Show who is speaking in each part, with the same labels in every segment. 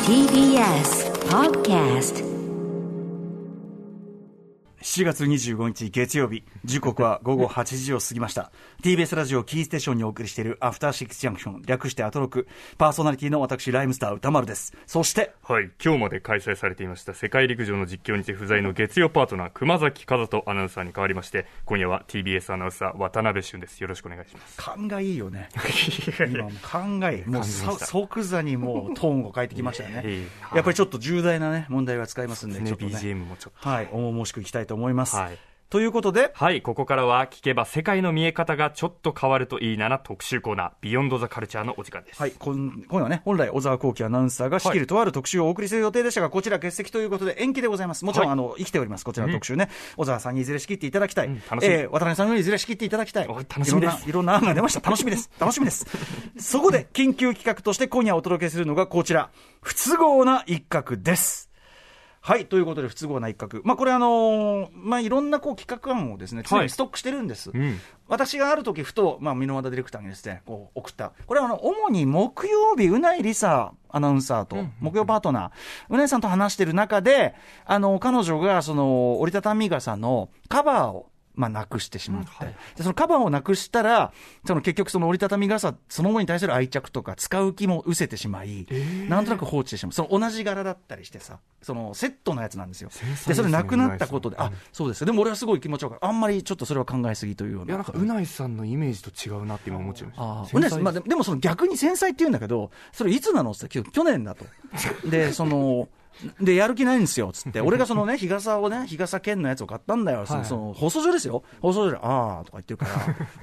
Speaker 1: TBS Podcast
Speaker 2: 7月25日月曜日時刻は午後8時を過ぎました TBS ラジオキーステーションにお送りしているアフターシックスジャンクション略してアトロクパーソナリティの私ライムスター歌丸ですそして
Speaker 3: はい、今日まで開催されていました世界陸上の実況にて不在の月曜パートナー熊崎和人アナウンサーに代わりまして今夜は TBS アナウンサー渡辺俊ですよろしくお願いします
Speaker 2: 勘がいいよ ね今も勘がいいもうさ即座にもうトーンを変えてきましたよね
Speaker 3: いえいえ
Speaker 2: やっぱりちょっと重大なね問題は使いますんで
Speaker 3: ね
Speaker 2: ちょっとね
Speaker 3: BGM もちょっと
Speaker 2: はい重々しくいきたいと思います、
Speaker 3: はい
Speaker 2: ということで
Speaker 3: はいここからは聞けば世界の見え方がちょっと変わるといいなな特集コーナー「ビヨンドザカルチャーのお時間です、
Speaker 2: はい、こん今夜はね、本来、小沢光輝アナウンサーが仕切るとある特集をお送りする予定でしたが、こちら欠席ということで、延期でございます。もちろん、
Speaker 3: はい
Speaker 2: あの生きております、こちらの特集ね、小沢さんにいずれ仕切っていただきたい、
Speaker 3: うん楽しみ
Speaker 2: えー渡辺さんにいずれ仕切っていただきたい、
Speaker 3: お楽しみです
Speaker 2: いろんな。いろんな案が出ました、楽しみです、楽しみです。そこで、緊急企画として今夜お届けするのがこちら、不都合な一角です。はい。ということで、不都合な一角。まあ、これあのーまあ、いろんなこう企画案をですね、常にストックしてるんです。
Speaker 3: うん
Speaker 2: 私がある時ふと、まあ、箕輪田ディレクターにですね、こう送った。これはあの、主に木曜日、うないりさアナウンサーと、木曜パートナー、うないさんと話してる中で、あの、彼女が、その、折りたたみ傘のカバーを、まあ、なくしてしまって、で、そのカバーをなくしたら、その結局その折りたたみ傘、そのものに対する愛着とか、使う気も失せてしまい、なんとなく放置してしまう。その同じ柄だったりしてさ、そのセットのやつなんですよ。
Speaker 3: 繊細です
Speaker 2: で、
Speaker 3: ね
Speaker 2: それなくなったことで、あ、そうですよでも俺はすごい気持ちよかった。あんまりちょっとそれは考えすぎというような。
Speaker 3: うないさんのイメージと違うなって今思っちゃいまし
Speaker 2: ああ、うねまあ、ででもその逆に繊細って言うんだけど、それいつなのって言ったら去去年だと。で、その、で、やる気ないんですよ、つって。俺がそのね、日傘をね、日傘券のやつを買ったんだよ。そのその放送所ですよ。放送所で、ああ、とか言ってるか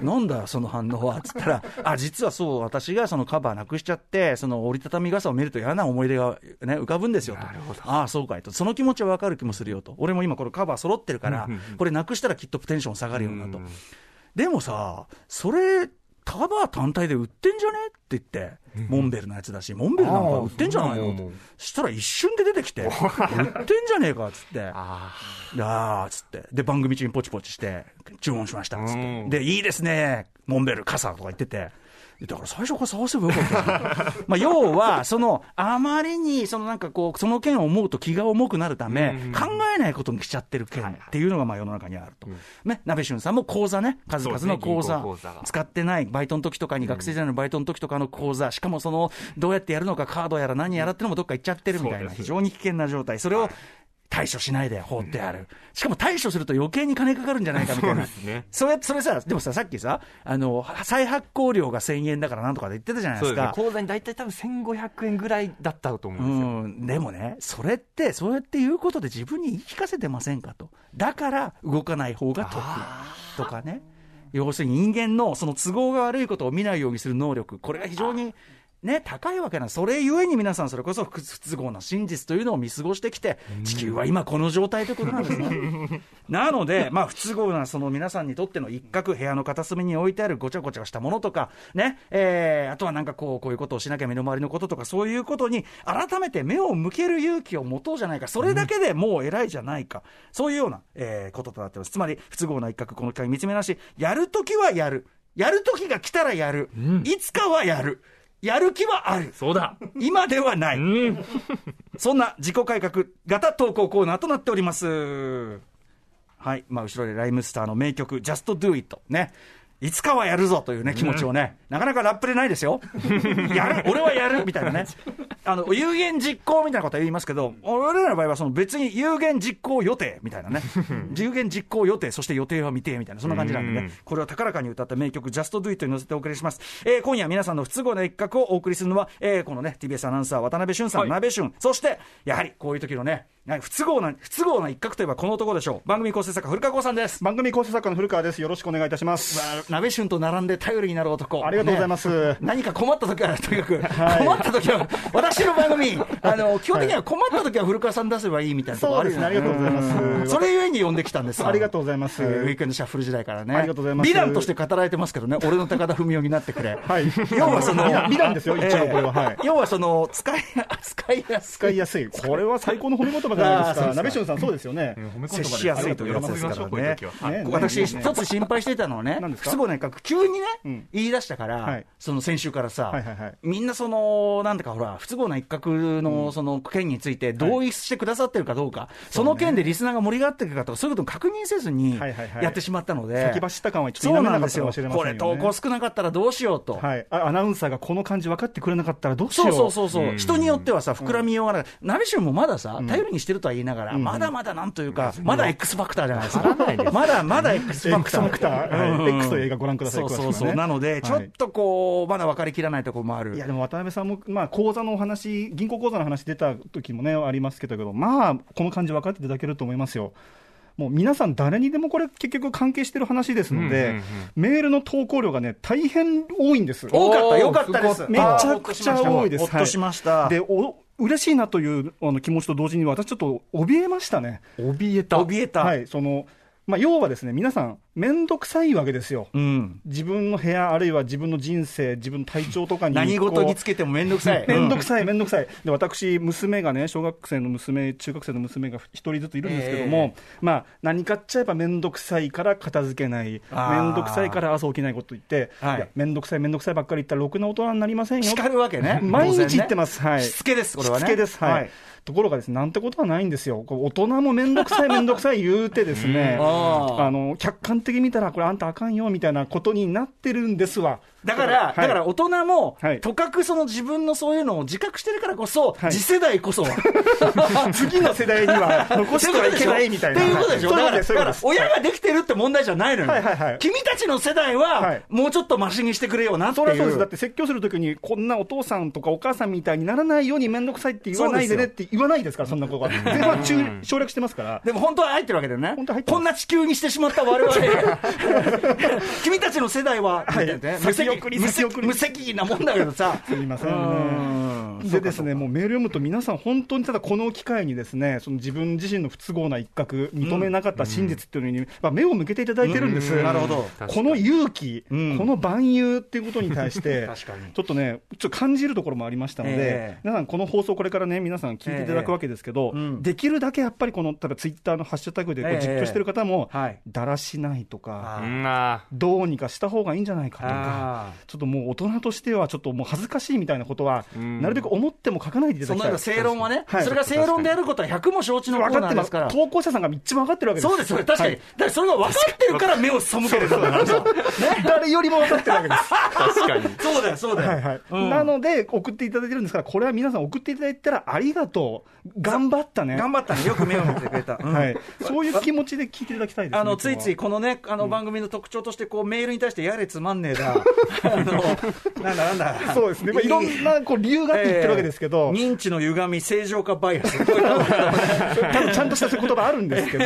Speaker 2: ら、なんだよ、その反応は、つったら、あ、実はそう、私がそのカバーなくしちゃって、その折りたたみ傘を見ると嫌な思い出がね、浮かぶんですよ、と。ああ、そうかいと。その気持ちはわかる気もするよ、と。俺も今これカバー揃ってるから、これなくしたらきっとテンション下がるよな、と。でもさ、それ、カバー単体で売ってんじゃねって言って、モンベルのやつだし、モンベルなんか売ってんじゃない
Speaker 3: あーそう
Speaker 2: の
Speaker 3: なの
Speaker 2: としたら一瞬で出てきて、売ってんじゃねえかっつって、ああーっつって、で、番組中にポチポチして、注文しましたっつっ
Speaker 3: う
Speaker 2: て、
Speaker 3: ん
Speaker 2: で、いいですね、モンベル、傘とか言ってて。だから最初から探せばよかった のにまあ要は、そのあまりにそのなんかこうその件を思うと気が重くなるため、考えないことにしちゃってる件っていうのがまあ世の中にあると、ね、鍋俊さんも口座ね、数々の口座、
Speaker 3: そうですね銀行口座が
Speaker 2: 使ってないバイトの時とかに、学生時代のバイトの時とかの口座、しかもそのどうやってやるのか、カードやら何やらってのもどっか行っちゃってるみたい
Speaker 3: そう
Speaker 2: な、
Speaker 3: です
Speaker 2: 非常に危険な状態、それを対処しないで放ってある、しかも対処すると余計に金かかるんじゃないかみたいな。
Speaker 3: ね
Speaker 2: それ、それさ、でもさ、さっきさ、あの、再発行料が1000円だからなんとかで言ってたじゃないで
Speaker 3: そ
Speaker 2: す
Speaker 3: うですね
Speaker 2: か。
Speaker 3: 口座に大体多分1500円ぐらいだったと思
Speaker 2: う
Speaker 3: うんですよ、
Speaker 2: ん、でもね、それって、そうやって言うことで自分に言い聞かせてませんかと、だから動かない方が得とかね、要するに人間のその都合が悪いことを見ないようにする能力、これが非常に。ね、高いわけなんですそれゆえに皆さん、それこそ不不都合な真実というのを見過ごしてきて、地球は今、この状態ということなんですね。なので、 まあ、不都合なその皆さんにとっての一角、部屋の片隅に置いてあるごちゃごちゃしたものとか、ね、えーあとはなんかこう、こういうことをしなきゃ身の回りのこととか、そういうことに改めて目を向ける勇気を持とうじゃないか、それだけでもう偉いじゃないか、そういうような、えーこととなってます。つまり、不都合な一角、この機会見つめなし、やるときはやる。やるときが来たらやる。いつかはやる。やる気はある。
Speaker 3: そう だ
Speaker 2: 今ではない。
Speaker 3: うん
Speaker 2: そんな自己改革型投稿コーナーとなっております。はい。まあ、後ろでライムスターの名曲、Just Do It。ね。いつかはやるぞというね、気持ちをね、なかなかラップでないですよ。 やる、俺はやるみたいなね。あの、有言実行みたいなことは言いますけど、俺らの場合はその別に有言実行予定みたい なね。有言実行予定、そして予定は未定みたいな、そんな感じなんで
Speaker 3: う
Speaker 2: ね
Speaker 3: ん。
Speaker 2: これを高らかに歌った名曲、Just Do It に乗せてお送りします。えー今夜皆さんの不都合な一角をお送りするのは、えーこのね、TBS アナウンサー、渡辺俊さん、
Speaker 3: はい
Speaker 2: 鍋俊、そして、やはりこういう時のね、なんか不都合な、不都合な一角といえばこの男でしょう。番組構成作家、古川光さんです。
Speaker 4: 番組構成作家の古川です。よろしくお願いいたします。
Speaker 2: 鍋俊と並んで頼りになる男。。
Speaker 4: ありがとうございますす。
Speaker 2: 何か困った時は、とにかく、
Speaker 4: はい
Speaker 2: 困った時は、私の番組、あの、基本的には困った時は古川さん出せばいいみたいなとこ
Speaker 4: そ
Speaker 2: あ
Speaker 4: う
Speaker 2: る
Speaker 4: で
Speaker 2: よ
Speaker 4: すね。ありがとうございます。
Speaker 2: それゆえに呼んできたんです。
Speaker 4: ありがとうございます
Speaker 2: えーウィークエンドシャッフル時代からね。
Speaker 4: ありがとうございます
Speaker 2: ヴィランとして語られてますけどね、俺の高田文雄になってくれ。
Speaker 4: はい。
Speaker 2: 要はその
Speaker 4: 美談美談ですよ。一応これは。はい
Speaker 2: え。ー要はその、使い、使いやす
Speaker 4: 使いやすい。これは最高の褒め言葉じ ゃないですか。鍋俊さんそうですよね。
Speaker 2: 接しやすいというやつですから
Speaker 3: こういう
Speaker 2: ね
Speaker 3: 時は。
Speaker 4: ね
Speaker 2: ここ私、
Speaker 4: ね
Speaker 2: 一つ心配してたのはね
Speaker 4: 何で、す
Speaker 2: 不
Speaker 4: か
Speaker 2: 都合な一角、急にね
Speaker 4: ん、
Speaker 2: 言い出したか
Speaker 4: は
Speaker 2: ら
Speaker 4: い、
Speaker 2: その先週からさ
Speaker 4: はいはいはい、
Speaker 2: みんなその、なんだかほら、不都合合な一角のその件について同意してくださってるかどうか、その件でリスナーが盛り上がってるかとか、そういうことを確認せずに
Speaker 4: はいはいはい
Speaker 2: やってしまったので、
Speaker 4: 先走った感はちょ
Speaker 2: そ
Speaker 4: っと
Speaker 2: う
Speaker 4: 否め
Speaker 2: な
Speaker 4: なんか
Speaker 2: で
Speaker 4: った
Speaker 2: す
Speaker 4: かも
Speaker 2: よ
Speaker 4: しれ、ません
Speaker 2: こ
Speaker 4: よね
Speaker 2: れ、投稿少なかったらどうしようと。
Speaker 4: はい、あアナウンサーがこの感じ分かってくれなかったらどうしよ
Speaker 2: そううそうそうそう、
Speaker 3: うん
Speaker 2: 人によってはさ、膨らみようがない、ナビシュンもまださ、頼りにしてるとは言いながら、まだまだなんというか、まだ X ファクターじゃないですか、まだまだ X ファクタ
Speaker 4: X
Speaker 2: ー。
Speaker 4: ファクターはい X という映画ご覧ください
Speaker 2: そう
Speaker 4: 詳しく
Speaker 2: そ
Speaker 4: は
Speaker 2: う
Speaker 4: ね
Speaker 2: そう、なので、ちょっとこう、まだ分かりきらないところもある。
Speaker 4: いやでも渡辺さんも、まあ、口座のお話、銀行口座の話出た時もね、ありますけど、まあ、この感じ分かっていただけると思いますよ。もう皆さん、誰にでもこれ、結局関係してる話です
Speaker 3: う
Speaker 4: ので、
Speaker 3: んうんうん
Speaker 4: メールの投稿量がね、大変多いんです。
Speaker 2: 多かった、よかったです。
Speaker 4: めちゃくちゃ多いです。
Speaker 2: ほっとしました。
Speaker 4: はいで、お嬉しいなというあの気持ちと同時に、私、ちょっと怯えましたね。
Speaker 3: 怯えた。
Speaker 2: 怯えた。
Speaker 4: はい、そのまあ、要はですね、皆さん、面倒くさいわけですよ。
Speaker 2: うん。
Speaker 4: 自分の部屋、あるいは自分の人生、自分の体調とかに
Speaker 2: 何事
Speaker 4: こ
Speaker 2: に
Speaker 4: う
Speaker 2: つけてもめんどくさい。
Speaker 4: めんど
Speaker 2: う
Speaker 4: く
Speaker 2: ん
Speaker 4: さい、めんどくさい、で私、娘がね、小学生の娘、中学生の娘が一人ずついるんですけども、まあ、何かっちゃえばめんどくさいから片付けない、
Speaker 2: あー
Speaker 4: めんどくさいから朝起きないこと言って、
Speaker 2: はい
Speaker 4: いやめんどくさい、めんどくさいばっかり言ったら、ろくな大人になりませんよ、
Speaker 2: 叱るわけね。
Speaker 4: 毎
Speaker 2: 当然ね
Speaker 4: 日言ってます、はい、
Speaker 2: しつけです、これはね。
Speaker 4: しつけです、はい
Speaker 2: はい。
Speaker 4: ところがですね、なんてことはないんですよ、こう大人もめんどくさい、めんどくさい言うてですね
Speaker 2: あー
Speaker 4: あの客観的に見たら、これ、あんたあかんよみたいなことになってるんですわ。
Speaker 2: だから、
Speaker 4: はい
Speaker 2: だから大人も
Speaker 4: はい、
Speaker 2: とかくその自分のそういうのを自覚してるからこそ、
Speaker 4: はい
Speaker 2: 次世代こそは。
Speaker 4: 次の世代には残してはいけないみたいな。
Speaker 2: っていうことでしょ。
Speaker 4: そう
Speaker 2: だから、
Speaker 4: いうことです
Speaker 2: だから親ができてるって問題じゃないのよ
Speaker 4: はいはいはい。
Speaker 2: 君たちの世代
Speaker 4: は、
Speaker 2: はいもうちょっとマシにしてくれよなって
Speaker 4: それはそ
Speaker 2: い
Speaker 4: うです。だっ
Speaker 2: う。
Speaker 4: て説教するときに、こんなお父さんとかお母さんみたいにならないように面倒くさいって言わないでねって言わないですから、そんなことは。全部は中省略してますから。
Speaker 2: でも本当は入ってるわけだよね
Speaker 4: 本当は入。ってます
Speaker 2: こんな地球にしてしまった我 々。君たちの世代は、みたいなね無責
Speaker 4: 先送り
Speaker 2: 無
Speaker 4: 先
Speaker 2: 責
Speaker 4: 送り
Speaker 2: 無責任なもんだけどさ。
Speaker 4: すみませ
Speaker 2: う
Speaker 4: ん
Speaker 2: ん
Speaker 4: ね。でですね、もうメール読むと皆さん本当にただこの機会にですね、その自分自身の不都合な一角、認めなかった真実っていうのに、まあ、目を向けていただいてるんです。
Speaker 2: うんなるほど
Speaker 4: この勇気、
Speaker 2: うん
Speaker 4: この万有っていうことに対し て
Speaker 2: 確かに
Speaker 4: ちょっとね、ちょっと感じるところもありましたので、
Speaker 2: ええ
Speaker 4: 皆さんこの放送これからね、皆さん聞いていただくわけですけど、
Speaker 2: ええうん
Speaker 4: できるだけやっぱりこの、ただツイッターのハッシュタグでこう
Speaker 2: ええ
Speaker 4: 実況してる方も、
Speaker 2: はい
Speaker 4: だらしないとか、
Speaker 2: あ
Speaker 3: うんな
Speaker 4: どうにかした方がいいんじゃないかとか。
Speaker 2: あ
Speaker 4: ちょっともう大人としては、ちょっともう恥ずかしいみたいなことは、
Speaker 3: うん
Speaker 4: なるべく思っても書かないでい
Speaker 2: ー
Speaker 4: ただ
Speaker 2: その
Speaker 4: き
Speaker 2: よう
Speaker 4: たい
Speaker 2: な。正論はね、
Speaker 4: はい
Speaker 2: それが正論であることは100も承知のコー
Speaker 4: 分かっ
Speaker 2: ナ
Speaker 4: て
Speaker 2: ーで
Speaker 4: ますす
Speaker 2: から。
Speaker 4: 投稿者さんが一番分かってるわけです
Speaker 2: そうです、それ確かに、
Speaker 4: は
Speaker 2: だからそれが分かってるから目を背けるんだからさ、
Speaker 4: い誰よりも分かってるわけです。
Speaker 3: 確かに。
Speaker 2: そうだよ、そうだよ、
Speaker 4: はいはい
Speaker 2: うん
Speaker 4: なので、送っていただいてるんですから、これは皆さん送っていただいたら、ありがとう、頑張ったね、
Speaker 2: 頑張ったね、よく目を向けてくれた。うん
Speaker 4: はい、そういう気持ちで聞いていただきたいです、ね、
Speaker 2: あのついつい
Speaker 4: こ
Speaker 2: このね、あの番組の特徴として、こうメールに対してやれつまんねえ だ、あのなんだなん
Speaker 4: こは
Speaker 2: だ、
Speaker 4: そうですね、まあ、いろんなこう理由があって言ってるわけですけど、
Speaker 2: ええ認知の歪み、正常化バイアス、こういう
Speaker 4: 多分ちゃんとしたそういう言葉あるんです けど、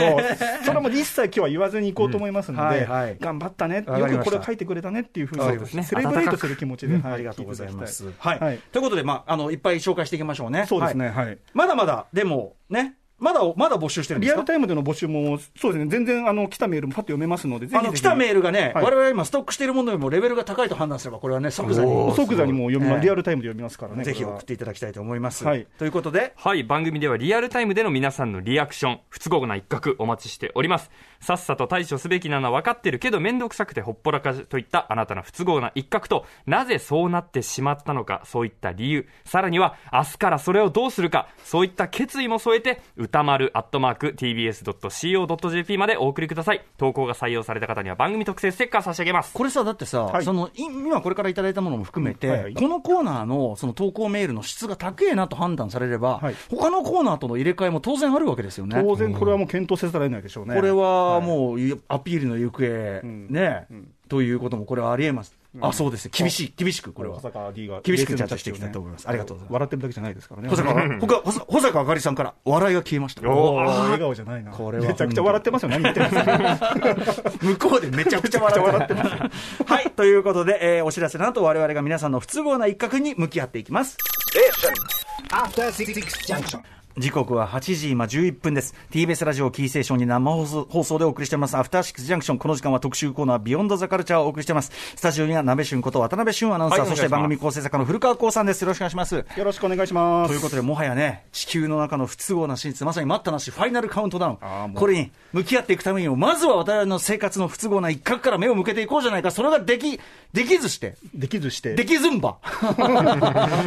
Speaker 4: それも一切今日は言わずにいこうと思いますので、
Speaker 2: うんはいはい
Speaker 4: 頑張ったね、よ
Speaker 2: わかりました
Speaker 4: くこれを書いてくれたねっていうふう
Speaker 2: そうですね
Speaker 4: に、セレブレートする気持ちで、はい
Speaker 2: ありがとうございます
Speaker 4: 聞て。
Speaker 2: は
Speaker 4: ただきた
Speaker 2: い、ということで、まああの、いっぱい紹介していきましょうね。
Speaker 4: そうですね、
Speaker 2: はい
Speaker 4: はい
Speaker 2: まだまだ、でもね、まだまだ募集してるんで
Speaker 4: リ
Speaker 2: す
Speaker 4: ア
Speaker 2: か
Speaker 4: ルタイムでの募集も、そうですね、全然あの来たメールもパッと読めますので、ぜ
Speaker 2: あ
Speaker 4: ひぜ
Speaker 2: の
Speaker 4: ひ
Speaker 2: 来たメールがね、
Speaker 4: はい
Speaker 2: 我々今、ストックしているものよりもレベルが高いと判断すれば、これはね、即座に
Speaker 3: おー
Speaker 4: 即座にもう読みま
Speaker 2: ええ
Speaker 4: リアルタイムで読みますからね、
Speaker 2: ぜひ
Speaker 4: これは
Speaker 2: 送っていただきたいと思います。
Speaker 4: はい
Speaker 2: ということで、
Speaker 3: はい、番組ではリアルタイムでの皆さんのリアクション、不都合な一角お待ちしております。さっさと対処すべきなのは分かってるけど、めんどくさくてほっぽらかといったあなたの不都合な一角と、なぜそうなってしまったのか、そういった理由、さらには明日からそれをどうするか、そういった決意も添えて、歌丸アットマーク tbs.co.jp までお送りください。投稿が採用された方には番組特製ステッカー差し上げます。
Speaker 2: これさ、だってさ、
Speaker 4: はい
Speaker 2: そのい今これからいただいたものも含めて、
Speaker 4: うんはいはい
Speaker 2: このコーナーのその投稿メールの質が高えなと判断されれば、
Speaker 4: はい
Speaker 2: 他のコーナーとの入れ替えも当然あるわけですよね。
Speaker 4: 当然、これはもう検討せざるを得ないでしょうね。
Speaker 2: これはもう、いアピールの行方、ね、ということもこれはありえます。あ、そうです。厳しい、厳しく、これは
Speaker 4: 小。坂 D が
Speaker 2: 厳しくジャッジしていきたいと思いますありがとうございます
Speaker 4: 笑ってるだけじゃないですからね。
Speaker 2: 保坂、他保坂保坂あかりさんから、笑いが消えました。
Speaker 4: お
Speaker 3: お
Speaker 4: ー
Speaker 3: ー
Speaker 4: 笑顔じゃないな。
Speaker 2: これは
Speaker 4: めちゃくちゃ笑ってますよ。何言ってます
Speaker 2: 向こうでめちゃくちゃ笑ってます。 はい、ということで、えーお知らせの後、我々が皆さんの不都合な一角に向き合っていきます。
Speaker 1: After Six Junction.
Speaker 2: 時刻は8時今11分です TBS ラジオキーセーションに生放送放送でお送りしておりますアフターシックスジャンクションこの時間は特集コーナービヨンドザカルチャーをお送りしていますスタジオには鍋俊こと渡辺俊アナウンサー、
Speaker 3: はいお願
Speaker 2: そし
Speaker 3: いし
Speaker 2: て
Speaker 3: ます
Speaker 2: 番組構成作家の古川光さんですよろしくお願いします
Speaker 4: よろしくお願いします
Speaker 2: ということでもはやね地球の中の不都合な真実まさに待ったなしファイナルカウントダウ
Speaker 4: あー
Speaker 2: ン
Speaker 4: もう
Speaker 2: これに向き合っていくためにもまずは私の生活の不都合な一角から目を向けていこうじゃないかそれができできずして
Speaker 4: できずして
Speaker 2: できずんば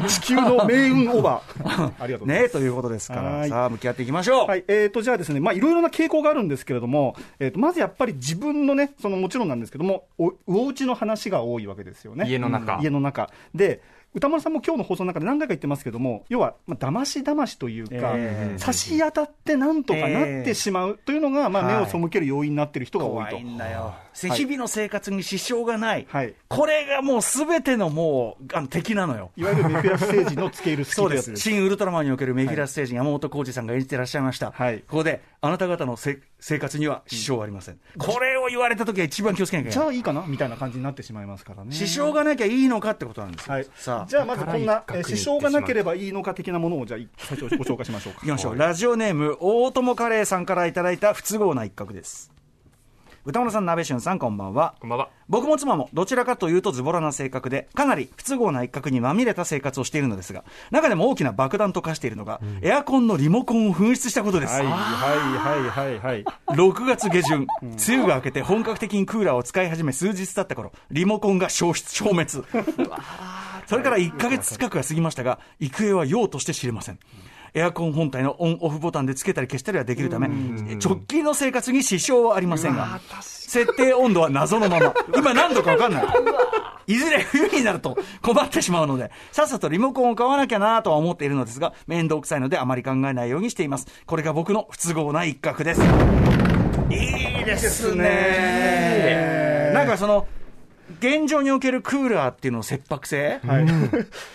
Speaker 4: 地球の命運オーバ ーありがとうございま
Speaker 2: ね
Speaker 4: す
Speaker 2: ということですか
Speaker 4: は
Speaker 2: ら
Speaker 4: い
Speaker 2: さあ向き合っていきましょう、
Speaker 4: はい、えー、と、じゃあですね、まあ、いろいろな傾向があるんですけれども、えー、と、まずやっぱり自分のね、その、もちろんなんですけども、お、お家の話が多いわけですよね。
Speaker 3: 家の中
Speaker 4: うん家の中。で、歌丸さんも今日の放送の中で何回か言ってますけども、要は、まあ、騙し騙しというか、
Speaker 2: えー
Speaker 4: 差し当たってなんとかなってしまうというのが、まあ、
Speaker 2: は
Speaker 4: 目
Speaker 2: い
Speaker 4: を背ける要因になっている人が多い
Speaker 2: 怖
Speaker 4: と。
Speaker 2: いんだよ、日々の生活に支障がない、
Speaker 4: はい
Speaker 2: これがもうすべてのもうあの敵なのよ。
Speaker 4: いわゆるメフィラス星人のつけいるスキ
Speaker 2: そうで
Speaker 4: ルってやつ
Speaker 2: す
Speaker 4: です。
Speaker 2: 新ウルトラマンにおけるメフィラス星人、山本浩二さんが演じてらっしゃいました、
Speaker 4: はい
Speaker 2: ここであなた方のせ生活には支障はありません、これを言われた時は一番気をつけなきゃいけ
Speaker 4: じ
Speaker 2: な
Speaker 4: ゃ
Speaker 2: い、
Speaker 4: あいいかなみたいな感じになってしまいますからね。
Speaker 2: 支障がなきゃいいのかってことなんですよ、
Speaker 4: はい、
Speaker 2: さあ
Speaker 4: じゃあまずこんな、
Speaker 3: だから一角に行
Speaker 4: え
Speaker 3: っ
Speaker 4: ー
Speaker 3: て
Speaker 4: 支障がなければいいのか的なものを、じゃあ、最初ご紹介しましょう か
Speaker 2: いき。ましょう、ラジオネーム大友カレーさんからいただいた不都合な一角です歌丸さん鍋俊さんこんばんは
Speaker 3: こんばんは。
Speaker 2: 僕も妻もどちらかというとズボラな性格でかなり不都合な一角にまみれた生活をしているのですが中でも大きな爆弾と化しているのが、エアコンのリモコンを紛失したことです、
Speaker 4: はいはいはいはいはい。
Speaker 2: 6月下旬、梅雨が明けて本格的にクーラーを使い始め数日経った頃、リモコンが消失、消滅。それから1ヶ月近くが過ぎましたが、行方は用として知れません。エアコン本体のオンオフボタンでつけたり消したりはできるため、直近の生活に支障はありませんが、設定温度は謎のまま。今何度かわかんない。いずれ冬になると困ってしまうので、さっさとリモコンを買わなきゃなとは思っているのですが、面倒くさいのであまり考えないようにしています。これが僕の不都合な一角です。いいですね。なんかその、現状におけるクーラーっていうのの切迫性、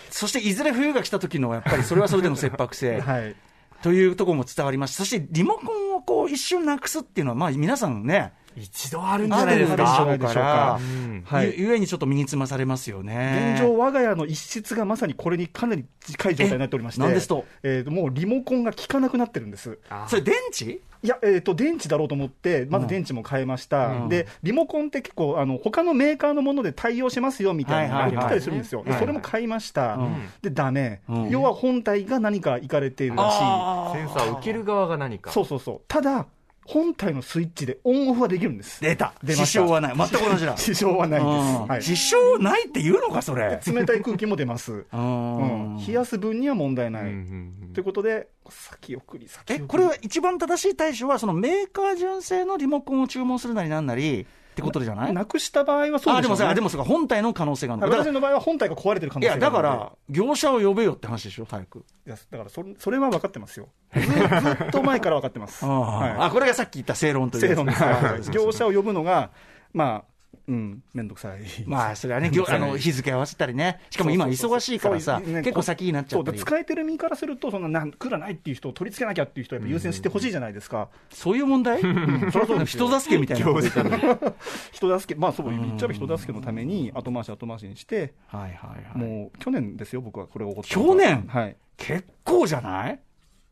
Speaker 2: そしていずれ冬が来た時のやっぱりそれはそれでの切迫性
Speaker 4: はい。
Speaker 2: というところも伝わりますそしてリモコンをこう一瞬なくすっていうのは、まあ、皆さんね、
Speaker 3: 一度あるんじ
Speaker 2: あ
Speaker 3: ゃない
Speaker 2: る
Speaker 3: で
Speaker 2: ん
Speaker 3: す
Speaker 2: でしょ
Speaker 3: か。
Speaker 2: うから
Speaker 3: うん、
Speaker 4: はい
Speaker 2: ゆゆえにちょっと身につまされますよね。
Speaker 4: 現状、我が家の一室がまさにこれにかなり近い状態になっておりまして、
Speaker 2: えなんですと
Speaker 4: えーともうリモコンが効かなくなってるんです。
Speaker 3: あ
Speaker 2: それ電池
Speaker 4: いや、えーと、電池だろうと思って、まず電池も変えました。
Speaker 2: うん
Speaker 4: で、リモコンって結構、あの、他のメーカーのもので対応しますよ、みたいな
Speaker 2: はい
Speaker 4: の
Speaker 2: はいは
Speaker 4: が
Speaker 2: い
Speaker 4: 来たりするんですよ。で
Speaker 2: はい
Speaker 4: それも買いました。
Speaker 2: うん
Speaker 4: で、ダメ、
Speaker 2: うん
Speaker 4: 要は本体が何かいかれているらしい。
Speaker 2: あ
Speaker 3: センサーを受ける側が何か。
Speaker 4: そうそうそう。ただ、本体のスイッチでオンオフはできるんです。
Speaker 2: 出た
Speaker 4: 出ました
Speaker 2: 支障はない全く同じだ
Speaker 4: 支障 はないです。
Speaker 2: うん
Speaker 4: はい
Speaker 2: 支障ないって言うのかそれ
Speaker 4: 冷たい空気も出ます。
Speaker 2: う
Speaker 4: うん
Speaker 2: ん、
Speaker 4: 冷やす分には問題
Speaker 3: う
Speaker 4: なん
Speaker 3: う
Speaker 4: い。
Speaker 3: ん
Speaker 4: ということで、先送り、先
Speaker 2: え
Speaker 4: 送り。
Speaker 2: これは一番正しい対処はそのメーカー純正のリモコンを注文するなりなんなりってことじゃない
Speaker 4: なくした場合はそう
Speaker 2: あ
Speaker 4: で
Speaker 2: でも
Speaker 4: す
Speaker 2: さ
Speaker 4: ね。
Speaker 2: あでもそうか本体の可能性があるのだか
Speaker 4: 私
Speaker 2: ら
Speaker 4: の場合は本体が壊れてる可
Speaker 2: い
Speaker 4: 能性が
Speaker 2: や
Speaker 4: あるの
Speaker 2: だ
Speaker 4: で
Speaker 2: から業者を呼べよって話でしょ早く
Speaker 4: いやだからそれ、それは分かってますよ。ずずっと前から分かってます。
Speaker 2: あ、
Speaker 4: はい
Speaker 2: あこれがさっき言った正論というやつ
Speaker 4: 正論です はい。業者を呼ぶのが、まあ、うん、めんどくさい。
Speaker 2: まあそれはね業あの日付合わせたりねしかも今忙しいからさ
Speaker 4: そうそうそう
Speaker 2: 結構先になっちゃっ
Speaker 4: そ
Speaker 2: た
Speaker 4: うで
Speaker 2: り
Speaker 4: 使えてる身からすると、そんななんくらないっていう人を取り付けなきゃっていう人はやっぱ優先してほしいじゃないですか、
Speaker 2: そういう問題人助けみたいなこと言ってる
Speaker 4: 人助け、まあそう、言っちゃえば人助けのために後回し後回しにして、
Speaker 2: はいはいはい
Speaker 4: もう去年ですよ、僕はこれを起こった
Speaker 2: 去年
Speaker 4: はい、
Speaker 2: 結構じゃない